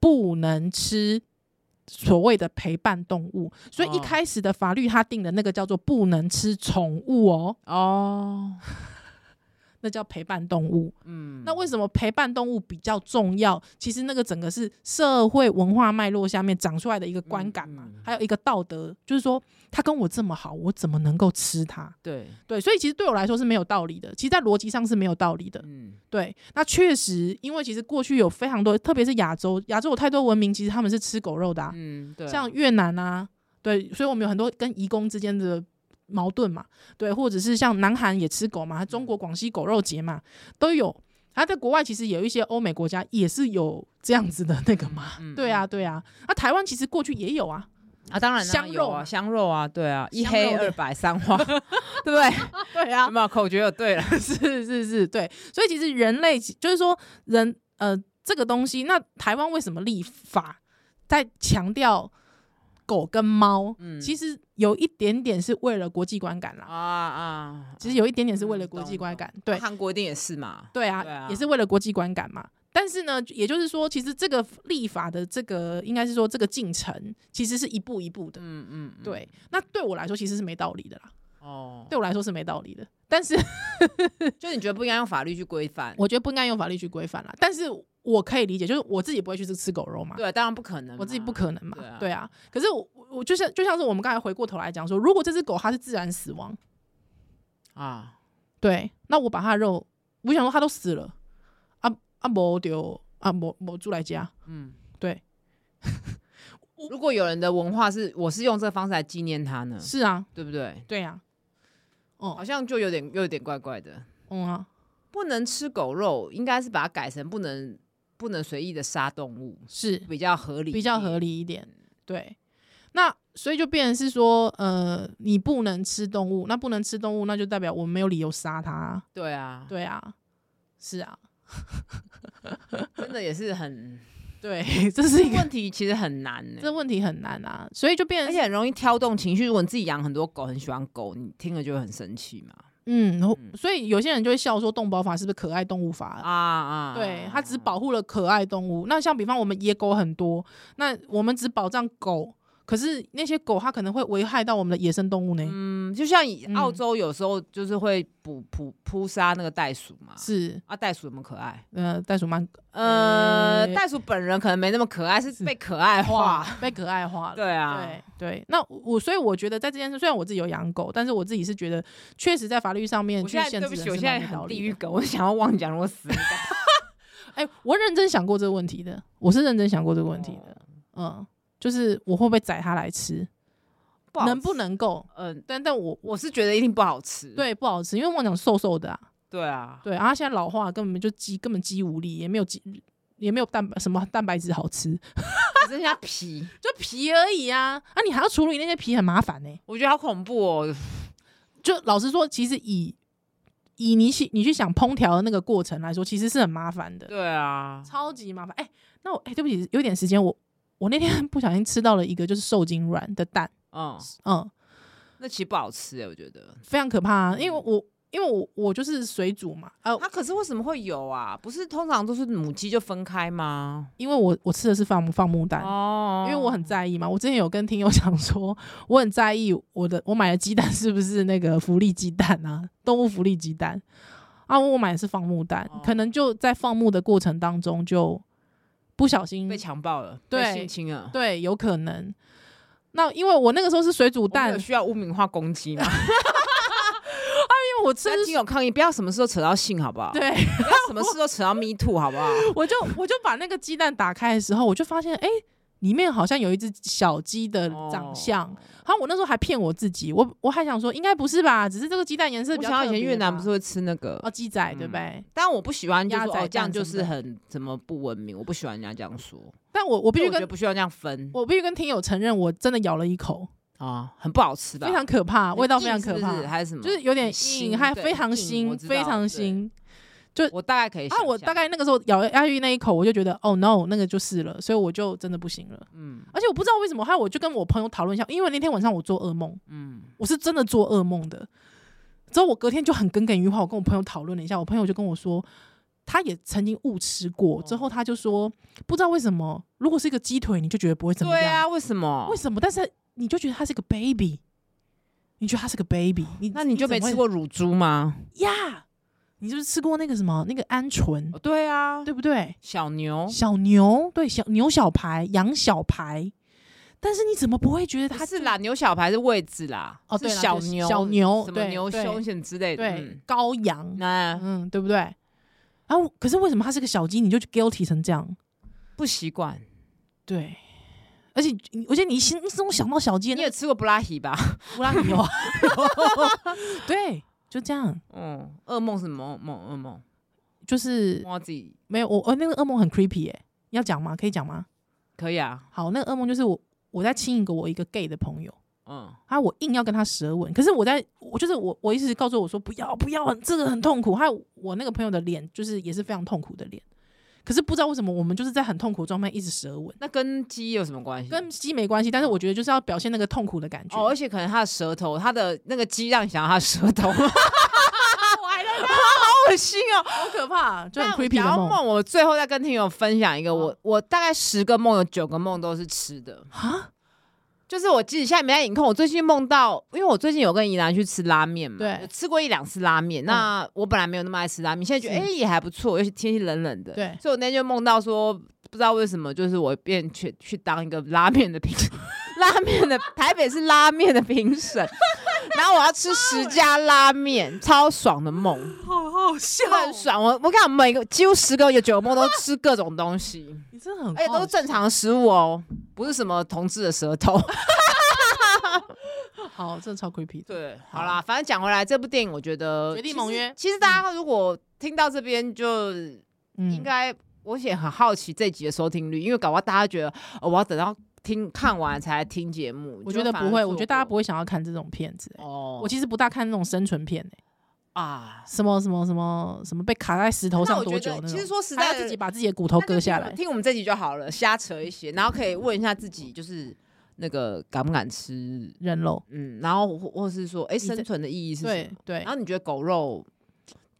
[SPEAKER 1] 不能吃。所谓的陪伴动物，所以一
[SPEAKER 2] 哦
[SPEAKER 1] 开始的法律它定的那个叫做不能吃宠物哦，
[SPEAKER 2] 哦，
[SPEAKER 1] <laughs> 那叫陪伴动物。
[SPEAKER 2] 嗯
[SPEAKER 1] 那为什么陪伴动物比较重要？其实那个整个是社会文化脉络下面长出来的一个观感嘛，
[SPEAKER 2] 嗯嗯
[SPEAKER 1] 还有一个道德，就是说它跟我这么好，我怎么能够吃它？
[SPEAKER 2] 对，
[SPEAKER 1] 对，所以其实对我来说是没有道理的，其实在逻辑上是没有道理的。
[SPEAKER 2] 嗯
[SPEAKER 1] 对，那确实，因为其实过去有非常多，特别是亚洲，亚洲有太多文明，其实他们是吃狗肉的、啊，
[SPEAKER 2] 嗯，对啊，
[SPEAKER 1] 像越南啊，对，所以我们有很多跟移工之间的矛盾嘛，对，或者是像南韩也吃狗嘛，中
[SPEAKER 2] 嗯
[SPEAKER 1] 国广西狗肉节嘛都有。啊，在国外其实有一些欧美国家也是有这样子的那个嘛，
[SPEAKER 2] 嗯
[SPEAKER 1] 对啊，对啊。啊，台湾其实过去也有啊， <laughs>
[SPEAKER 2] 啊，当然啦
[SPEAKER 1] 香
[SPEAKER 2] 有
[SPEAKER 1] 肉
[SPEAKER 2] 啊，
[SPEAKER 1] 嘛
[SPEAKER 2] 香肉啊，对啊，一
[SPEAKER 1] 香
[SPEAKER 2] 黑
[SPEAKER 1] 肉
[SPEAKER 2] 二
[SPEAKER 1] 的
[SPEAKER 2] 白
[SPEAKER 1] <laughs>
[SPEAKER 2] 三花，对不对？
[SPEAKER 1] 对啊
[SPEAKER 2] 有，没有口诀有对了？
[SPEAKER 1] 是是是，对。所以其实人类就是说人呃这个东西，那台湾为什么立法在强调狗跟猫？
[SPEAKER 2] 嗯
[SPEAKER 1] 其实有一点点是为了国际观感啦
[SPEAKER 2] 啊，啊，
[SPEAKER 1] 其实有一点点是为了
[SPEAKER 2] 嗯
[SPEAKER 1] 国
[SPEAKER 2] 懂
[SPEAKER 1] 际观
[SPEAKER 2] 懂
[SPEAKER 1] 感，对
[SPEAKER 2] 韩国一定也是嘛，
[SPEAKER 1] 对啊，
[SPEAKER 2] 对啊
[SPEAKER 1] 也是为了国际观感嘛。但是呢，也就是说，其实这个立法的这个应该是说这个进程其实是一步一步的。
[SPEAKER 2] 嗯嗯，嗯，
[SPEAKER 1] 对，那对我来说其实是没道理的啦，
[SPEAKER 2] 哦，
[SPEAKER 1] 对我来说是没道理的。但
[SPEAKER 2] <laughs>
[SPEAKER 1] 是
[SPEAKER 2] 就你觉得不应该用法律去规范？
[SPEAKER 1] 我觉得不应该用法律去规范啦。但是我可以理解，就是我自己不会去吃吃狗肉嘛，
[SPEAKER 2] 对，当然不可能嘛，
[SPEAKER 1] 我自己不可能嘛，
[SPEAKER 2] 对啊
[SPEAKER 1] 对啊。可是我我就像就像是我们刚才回过头来讲说，如果这只狗它是自然死亡，
[SPEAKER 2] 啊，
[SPEAKER 1] 对，那我把它的肉，我想说它都死了，啊啊没丢啊没没住来家，
[SPEAKER 2] 嗯，
[SPEAKER 1] 对。
[SPEAKER 2] <laughs> 如果有人的文化是我是用这个方式来纪念他呢，
[SPEAKER 1] 是啊，
[SPEAKER 2] 对不对？
[SPEAKER 1] 对呀、
[SPEAKER 2] 好
[SPEAKER 1] 哦，
[SPEAKER 2] 像就有点有点怪怪的，
[SPEAKER 1] 嗯啊，
[SPEAKER 2] 不能吃狗肉，应该是把它改成不能不能随意的杀动物，
[SPEAKER 1] 是
[SPEAKER 2] 比较合理一点，
[SPEAKER 1] 比较合理一点。对，那所以就变成是说，呃，你不能吃动物，那不能吃动物，那就代表我们没有理由杀它啊。
[SPEAKER 2] 对啊，
[SPEAKER 1] 对啊，是啊，
[SPEAKER 2] 真的也
[SPEAKER 1] <laughs>
[SPEAKER 2] 是很
[SPEAKER 1] 对，这是一
[SPEAKER 2] <laughs>
[SPEAKER 1] 个
[SPEAKER 2] 问题，其实很难呢、
[SPEAKER 1] 这问题很难啊，所以就变
[SPEAKER 2] 而
[SPEAKER 1] 成
[SPEAKER 2] 且
[SPEAKER 1] 是，
[SPEAKER 2] 很容易挑动情绪。如果你自己养很多狗，很喜欢狗，你听了就会很生气嘛。
[SPEAKER 1] 嗯，然后
[SPEAKER 2] 嗯
[SPEAKER 1] 所以有些人就会笑说，动保法是不是可爱动物法
[SPEAKER 2] 啊
[SPEAKER 1] 啊？
[SPEAKER 2] 啊，
[SPEAKER 1] 对，它只保护了可爱动物。那像比方我们野狗很多，那我们只保障狗，可是那些狗它可能会危害到我们的野生动物呢。
[SPEAKER 2] 嗯，就像以
[SPEAKER 1] 嗯
[SPEAKER 2] 澳洲有时候就是会捕捕扑杀那个袋鼠嘛。
[SPEAKER 1] 是，
[SPEAKER 2] 啊，袋鼠有没有可爱？
[SPEAKER 1] 呃，袋鼠蛮
[SPEAKER 2] 呃，
[SPEAKER 1] 呃
[SPEAKER 2] 袋鼠本人可能没那么可爱，是被可爱 <laughs> 化。
[SPEAKER 1] <laughs> 被可爱化了。
[SPEAKER 2] 对啊，
[SPEAKER 1] 对对，那我所以我觉得在这件事，虽然我自己有养狗，但是我自己是觉得，确实在法律上面
[SPEAKER 2] 我
[SPEAKER 1] 去
[SPEAKER 2] 现在
[SPEAKER 1] 限
[SPEAKER 2] 对
[SPEAKER 1] 制
[SPEAKER 2] 不
[SPEAKER 1] 人
[SPEAKER 2] 起，我
[SPEAKER 1] 是
[SPEAKER 2] 现
[SPEAKER 1] 蛮
[SPEAKER 2] 在
[SPEAKER 1] 没道
[SPEAKER 2] 很地
[SPEAKER 1] 理
[SPEAKER 2] 狱
[SPEAKER 1] 的。
[SPEAKER 2] 梗，我想要妄讲，
[SPEAKER 1] <laughs>
[SPEAKER 2] 我死了
[SPEAKER 1] 哎、我认真想过这个问题的，我是认真想过这个问题的。嗯，就是我会不会宰它来吃，
[SPEAKER 2] 哦不好
[SPEAKER 1] 能不
[SPEAKER 2] 吃？
[SPEAKER 1] 能够？
[SPEAKER 2] 嗯，
[SPEAKER 1] 但但我
[SPEAKER 2] 我是觉得一定不好吃。
[SPEAKER 1] 对不好吃，因为我讲瘦瘦的啊，
[SPEAKER 2] 对啊，
[SPEAKER 1] 对啊，它现在老化根本就肌根本肌无力，也没有肌也没有蛋白什么蛋白质好吃，
[SPEAKER 2] 只剩下皮，
[SPEAKER 1] 就皮而已啊。啊，你还要处理那些皮很麻烦呢、
[SPEAKER 2] 我觉得好恐怖哦。
[SPEAKER 1] 就老实说，其实以以你去你去想烹调的那个过程来说，其实是很麻烦的，
[SPEAKER 2] 对啊，
[SPEAKER 1] 超级麻烦。哎、那我哎、对不起，有点时间，我我那天不小心吃到了一个就是受精卵的蛋，
[SPEAKER 2] 嗯，
[SPEAKER 1] 嗯，
[SPEAKER 2] 那其实不好吃哎、我觉得。
[SPEAKER 1] 非常可怕、啊，因为我因为我我就是水煮嘛，呃，
[SPEAKER 2] 啊它可是为什么会有啊？不是通常都是母鸡就分开吗？
[SPEAKER 1] 因为我我吃的是放放牧蛋，
[SPEAKER 2] 哦
[SPEAKER 1] 因为我很在意嘛，我之前有跟听友 <laughs> 讲说，我很在意我的我买的鸡蛋是不是那个福利鸡蛋啊，动物福利鸡蛋啊，我买的是放牧蛋，
[SPEAKER 2] 哦
[SPEAKER 1] 可能就在放牧的过程当中就不小心
[SPEAKER 2] 被强暴了，
[SPEAKER 1] 对
[SPEAKER 2] 被性侵了。
[SPEAKER 1] 对，有可能。那因为我那个时候是水煮
[SPEAKER 2] 但
[SPEAKER 1] 蛋，
[SPEAKER 2] 有
[SPEAKER 1] 因
[SPEAKER 2] 需要污名化攻击吗？
[SPEAKER 1] <laughs> 为我吃
[SPEAKER 2] 但听有抗议，不要什么事都扯到性，好不好？，
[SPEAKER 1] 对，
[SPEAKER 2] <laughs> 不要什么事都扯到 me too，好不
[SPEAKER 1] <laughs>
[SPEAKER 2] 好？
[SPEAKER 1] 我就我就把那个鸡蛋打开的时候，我就发现哎、诶里面好像有一只小鸡
[SPEAKER 2] 呃
[SPEAKER 1] 的长相。
[SPEAKER 2] 哦
[SPEAKER 1] 然后我那时候还骗我自己，我我还想说应该不是吧，只是这个鸡蛋颜色
[SPEAKER 2] 我
[SPEAKER 1] 比较
[SPEAKER 2] 想到以
[SPEAKER 1] 特
[SPEAKER 2] 前
[SPEAKER 1] 别
[SPEAKER 2] 越南
[SPEAKER 1] 吧
[SPEAKER 2] 不是会吃那个
[SPEAKER 1] 哦，鸡仔对不
[SPEAKER 2] 嗯
[SPEAKER 1] 对？
[SPEAKER 2] 但我不喜欢，就是
[SPEAKER 1] 鸭
[SPEAKER 2] 说
[SPEAKER 1] 仔
[SPEAKER 2] 哦，这样
[SPEAKER 1] 蛋
[SPEAKER 2] 就
[SPEAKER 1] 什么
[SPEAKER 2] 是
[SPEAKER 1] 的
[SPEAKER 2] 很怎么不文明，我不喜欢人家这样说，
[SPEAKER 1] 但我我必
[SPEAKER 2] 因为
[SPEAKER 1] 须
[SPEAKER 2] 我
[SPEAKER 1] 跟
[SPEAKER 2] 觉得不需要这样分
[SPEAKER 1] 我必须跟听友承认，我真的咬了一口，
[SPEAKER 2] 啊，很不好吃吧？
[SPEAKER 1] 非常可怕，
[SPEAKER 2] 很
[SPEAKER 1] 味道
[SPEAKER 2] 硬
[SPEAKER 1] 非常
[SPEAKER 2] 是
[SPEAKER 1] 可
[SPEAKER 2] 不
[SPEAKER 1] 怕，
[SPEAKER 2] 是还是什么？
[SPEAKER 1] 就是有点
[SPEAKER 2] 很腥
[SPEAKER 1] 硬，还
[SPEAKER 2] 对
[SPEAKER 1] 非常
[SPEAKER 2] 很硬我
[SPEAKER 1] 腥，
[SPEAKER 2] 知
[SPEAKER 1] 非
[SPEAKER 2] 道
[SPEAKER 1] 常
[SPEAKER 2] 对
[SPEAKER 1] 腥。
[SPEAKER 2] 我大概可以
[SPEAKER 1] 啊，我
[SPEAKER 2] 想
[SPEAKER 1] 大
[SPEAKER 2] 象
[SPEAKER 1] 概那个时候咬下去那一口，我就觉得哦 no，那个就是了，所以我就真的不行了。
[SPEAKER 2] 嗯
[SPEAKER 1] 而且我不知道为什么，还有我就跟我朋友讨论一下，因为那天晚上我做噩梦，
[SPEAKER 2] 嗯，
[SPEAKER 1] 我是真的做噩梦的。之后我隔天就很耿耿于怀，我跟我朋友讨论了一下，我朋友就跟我说，他也曾经误吃过，
[SPEAKER 2] 哦
[SPEAKER 1] 之后他就说不知道为什么，如果是一个鸡腿，你就觉得不会怎么
[SPEAKER 2] 对
[SPEAKER 1] 样，
[SPEAKER 2] 啊，为什么
[SPEAKER 1] 为？什么？但是你就觉得他是个 baby，你觉得他是个 baby，你
[SPEAKER 2] 哦那你就没
[SPEAKER 1] 怎么
[SPEAKER 2] 吃
[SPEAKER 1] 会
[SPEAKER 2] 过乳猪吗？
[SPEAKER 1] 呀？你是不是吃过那个什么那个鹌鹑，
[SPEAKER 2] 哦对啊，
[SPEAKER 1] 对不对？
[SPEAKER 2] 小牛
[SPEAKER 1] 小牛对小牛小排、羊小排，但是你怎么不会觉得
[SPEAKER 2] 它
[SPEAKER 1] 它
[SPEAKER 2] 是
[SPEAKER 1] 就
[SPEAKER 2] 啦，牛小排是位置啦，
[SPEAKER 1] 哦
[SPEAKER 2] 是
[SPEAKER 1] 对啦
[SPEAKER 2] 小
[SPEAKER 1] 就是
[SPEAKER 2] 牛
[SPEAKER 1] 小牛
[SPEAKER 2] 什么
[SPEAKER 1] 对
[SPEAKER 2] 牛
[SPEAKER 1] 对
[SPEAKER 2] 胸腺之类的，
[SPEAKER 1] 对、
[SPEAKER 2] 嗯
[SPEAKER 1] 羔羊，
[SPEAKER 2] 那
[SPEAKER 1] 嗯，对不对？然后可是为什么它是个小鸡，你就 guilty 成这样？
[SPEAKER 2] 不习惯。
[SPEAKER 1] 对，而且你我觉得你心中想到小鸡，
[SPEAKER 2] 你
[SPEAKER 1] 那
[SPEAKER 2] 也
[SPEAKER 1] 个
[SPEAKER 2] 吃过布拉提 <laughs> 吧？
[SPEAKER 1] 乌拉米
[SPEAKER 2] 啊
[SPEAKER 1] 哦， <laughs> 对，就这样，
[SPEAKER 2] 嗯，噩梦是梦梦噩梦，
[SPEAKER 1] 就是
[SPEAKER 2] 梦到自己
[SPEAKER 1] 没有我呃那个噩梦很 creepy 哎、要讲吗？可以讲吗？
[SPEAKER 2] 可以啊，
[SPEAKER 1] 好，那个噩梦就是我我在亲一个我一个 gay 的朋友。
[SPEAKER 2] 嗯，
[SPEAKER 1] 啊，我硬要跟他舌吻，可是我在我就是我我一直告诉我说不要不要，这个很痛苦。还有我那个朋友的脸就是也是非常痛苦的脸，可是不知道为什么我们就是在很痛苦的状态一直舌吻，
[SPEAKER 2] 那跟鸡有什么关系？
[SPEAKER 1] 跟鸡没关系，但是我觉得就是要表现那个痛苦的感觉。
[SPEAKER 2] 哦，而且可能他的舌头，他的那个鸡让你想到他的舌 <laughs> 头，好恶心哦！
[SPEAKER 1] 好可怕，就很
[SPEAKER 2] 那
[SPEAKER 1] creepy
[SPEAKER 2] 讲
[SPEAKER 1] 的
[SPEAKER 2] 到
[SPEAKER 1] 梦
[SPEAKER 2] 梦，我最后再跟听友分享一个，我
[SPEAKER 1] 嗯
[SPEAKER 2] 我大概十个梦有九个梦都是吃的，
[SPEAKER 1] 啊，
[SPEAKER 2] 就是我自己现在没在影控，我最近梦到，因为我最近有跟怡兰去吃拉面嘛，
[SPEAKER 1] 对嗯
[SPEAKER 2] 有吃过一两次拉面。那我本来没有那么爱吃拉面，现在觉得哎、
[SPEAKER 1] 是
[SPEAKER 2] 诶也还不错，尤其天气冷冷的，
[SPEAKER 1] 对
[SPEAKER 2] 所以我那天就梦到说，不知道为什么，就是我变去去当一个拉面的评， <laughs> 拉面的台北是拉面的评审， <laughs> 然后我要吃十家拉面，超爽的梦，
[SPEAKER 1] 好好笑哦
[SPEAKER 2] 真的很爽。我我看每个几乎十个有九个梦都吃各种东西。
[SPEAKER 1] 你真的很好，
[SPEAKER 2] 而且都是正常的食物哦，不是什么同志的舌
[SPEAKER 1] <laughs>
[SPEAKER 2] 头。
[SPEAKER 1] 好，真的超 creepy 的。
[SPEAKER 2] 对，好啦，反正讲回来，这部电影我觉得《
[SPEAKER 1] 绝地盟约
[SPEAKER 2] 其实。其实大家如果听到这边，就
[SPEAKER 1] 嗯
[SPEAKER 2] 应该、我也很好奇这集的收听率，因为搞不好大家觉得、哦、我要等到听看完才来听节目。
[SPEAKER 1] 我觉得不会，我觉得大家不
[SPEAKER 2] 会。
[SPEAKER 1] 会想要看这种片子、欸
[SPEAKER 2] 哦，
[SPEAKER 1] 我其实不大看那种生存片、欸
[SPEAKER 2] 啊，
[SPEAKER 1] 什么什么什么什么被卡在石头
[SPEAKER 2] 那
[SPEAKER 1] 上
[SPEAKER 2] 我
[SPEAKER 1] 多
[SPEAKER 2] 觉
[SPEAKER 1] 久
[SPEAKER 2] 得
[SPEAKER 1] 那种？
[SPEAKER 2] 其实说实
[SPEAKER 1] 还
[SPEAKER 2] 在
[SPEAKER 1] 要
[SPEAKER 2] 的
[SPEAKER 1] 自己把自己的骨头割下
[SPEAKER 2] 那
[SPEAKER 1] 来
[SPEAKER 2] 就听我们。听我们这集就好了，瞎扯一些，然后可以问一下自己，就是那个敢不敢吃，
[SPEAKER 1] 人肉，
[SPEAKER 2] 嗯，然后或或是说，哎、
[SPEAKER 1] 在
[SPEAKER 2] 生存的意义是什么？
[SPEAKER 1] 对对
[SPEAKER 2] 然，后你觉得狗肉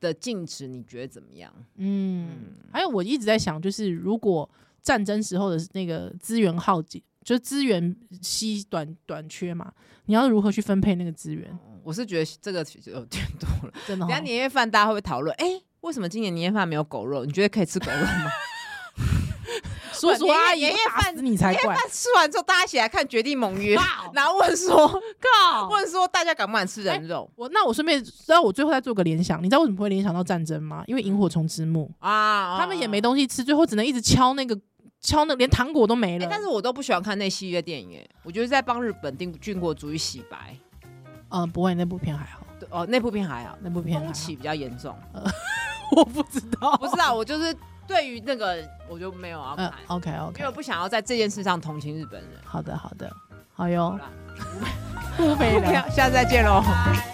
[SPEAKER 2] 的禁止，你觉得怎么样？
[SPEAKER 1] 嗯。
[SPEAKER 2] 嗯，
[SPEAKER 1] 还有我一直在想，就是如果战争时候的那个资源耗尽，就是资源稀短短缺嘛，你要如何去分配那个资源？
[SPEAKER 2] 嗯我是觉得这个其实有点多了。
[SPEAKER 1] 真的
[SPEAKER 2] 哦等一
[SPEAKER 1] 哦
[SPEAKER 2] 下，年夜饭大家会不会讨论？哎、为什么今年年夜饭没有狗肉？你觉得可以吃狗肉吗？ <laughs>
[SPEAKER 1] 叔叔阿姨
[SPEAKER 2] 年夜
[SPEAKER 1] 会打
[SPEAKER 2] 饭
[SPEAKER 1] 死你才怪！
[SPEAKER 2] 那吃完之后，大家一起来看《绝地盟约》
[SPEAKER 1] 哇哦，
[SPEAKER 2] 然后问说，
[SPEAKER 1] 靠
[SPEAKER 2] 问说大家敢不敢吃人肉、
[SPEAKER 1] 我那我顺便，那我最后再做个联想，你知道为什么会联想到战争吗？因为萤火虫之墓，
[SPEAKER 2] 啊？
[SPEAKER 1] 哎他们也没东西吃，最后只能一直敲那个敲那，连糖果都没
[SPEAKER 2] 哎、
[SPEAKER 1] 了。
[SPEAKER 2] 但是我都不喜欢看那系列电影、哎，我觉得在帮日本定军国主义洗白。
[SPEAKER 1] 嗯，不会，那部片还好，
[SPEAKER 2] 对哦，那部片还好，
[SPEAKER 1] 那部片还
[SPEAKER 2] 风
[SPEAKER 1] 好
[SPEAKER 2] 起比较严重。
[SPEAKER 1] 我不知道，
[SPEAKER 2] 不知道，我就是对于那个，我就没有要看
[SPEAKER 1] 嗯。，OK
[SPEAKER 2] 因为我
[SPEAKER 1] OK，
[SPEAKER 2] 不想要在这件事上同
[SPEAKER 1] <laughs>
[SPEAKER 2] 情日本人。
[SPEAKER 1] 好的好的，好
[SPEAKER 2] 好
[SPEAKER 1] 哟，
[SPEAKER 2] 啦，
[SPEAKER 1] <laughs> 不悲
[SPEAKER 2] 下次再见喽。
[SPEAKER 1] 拜。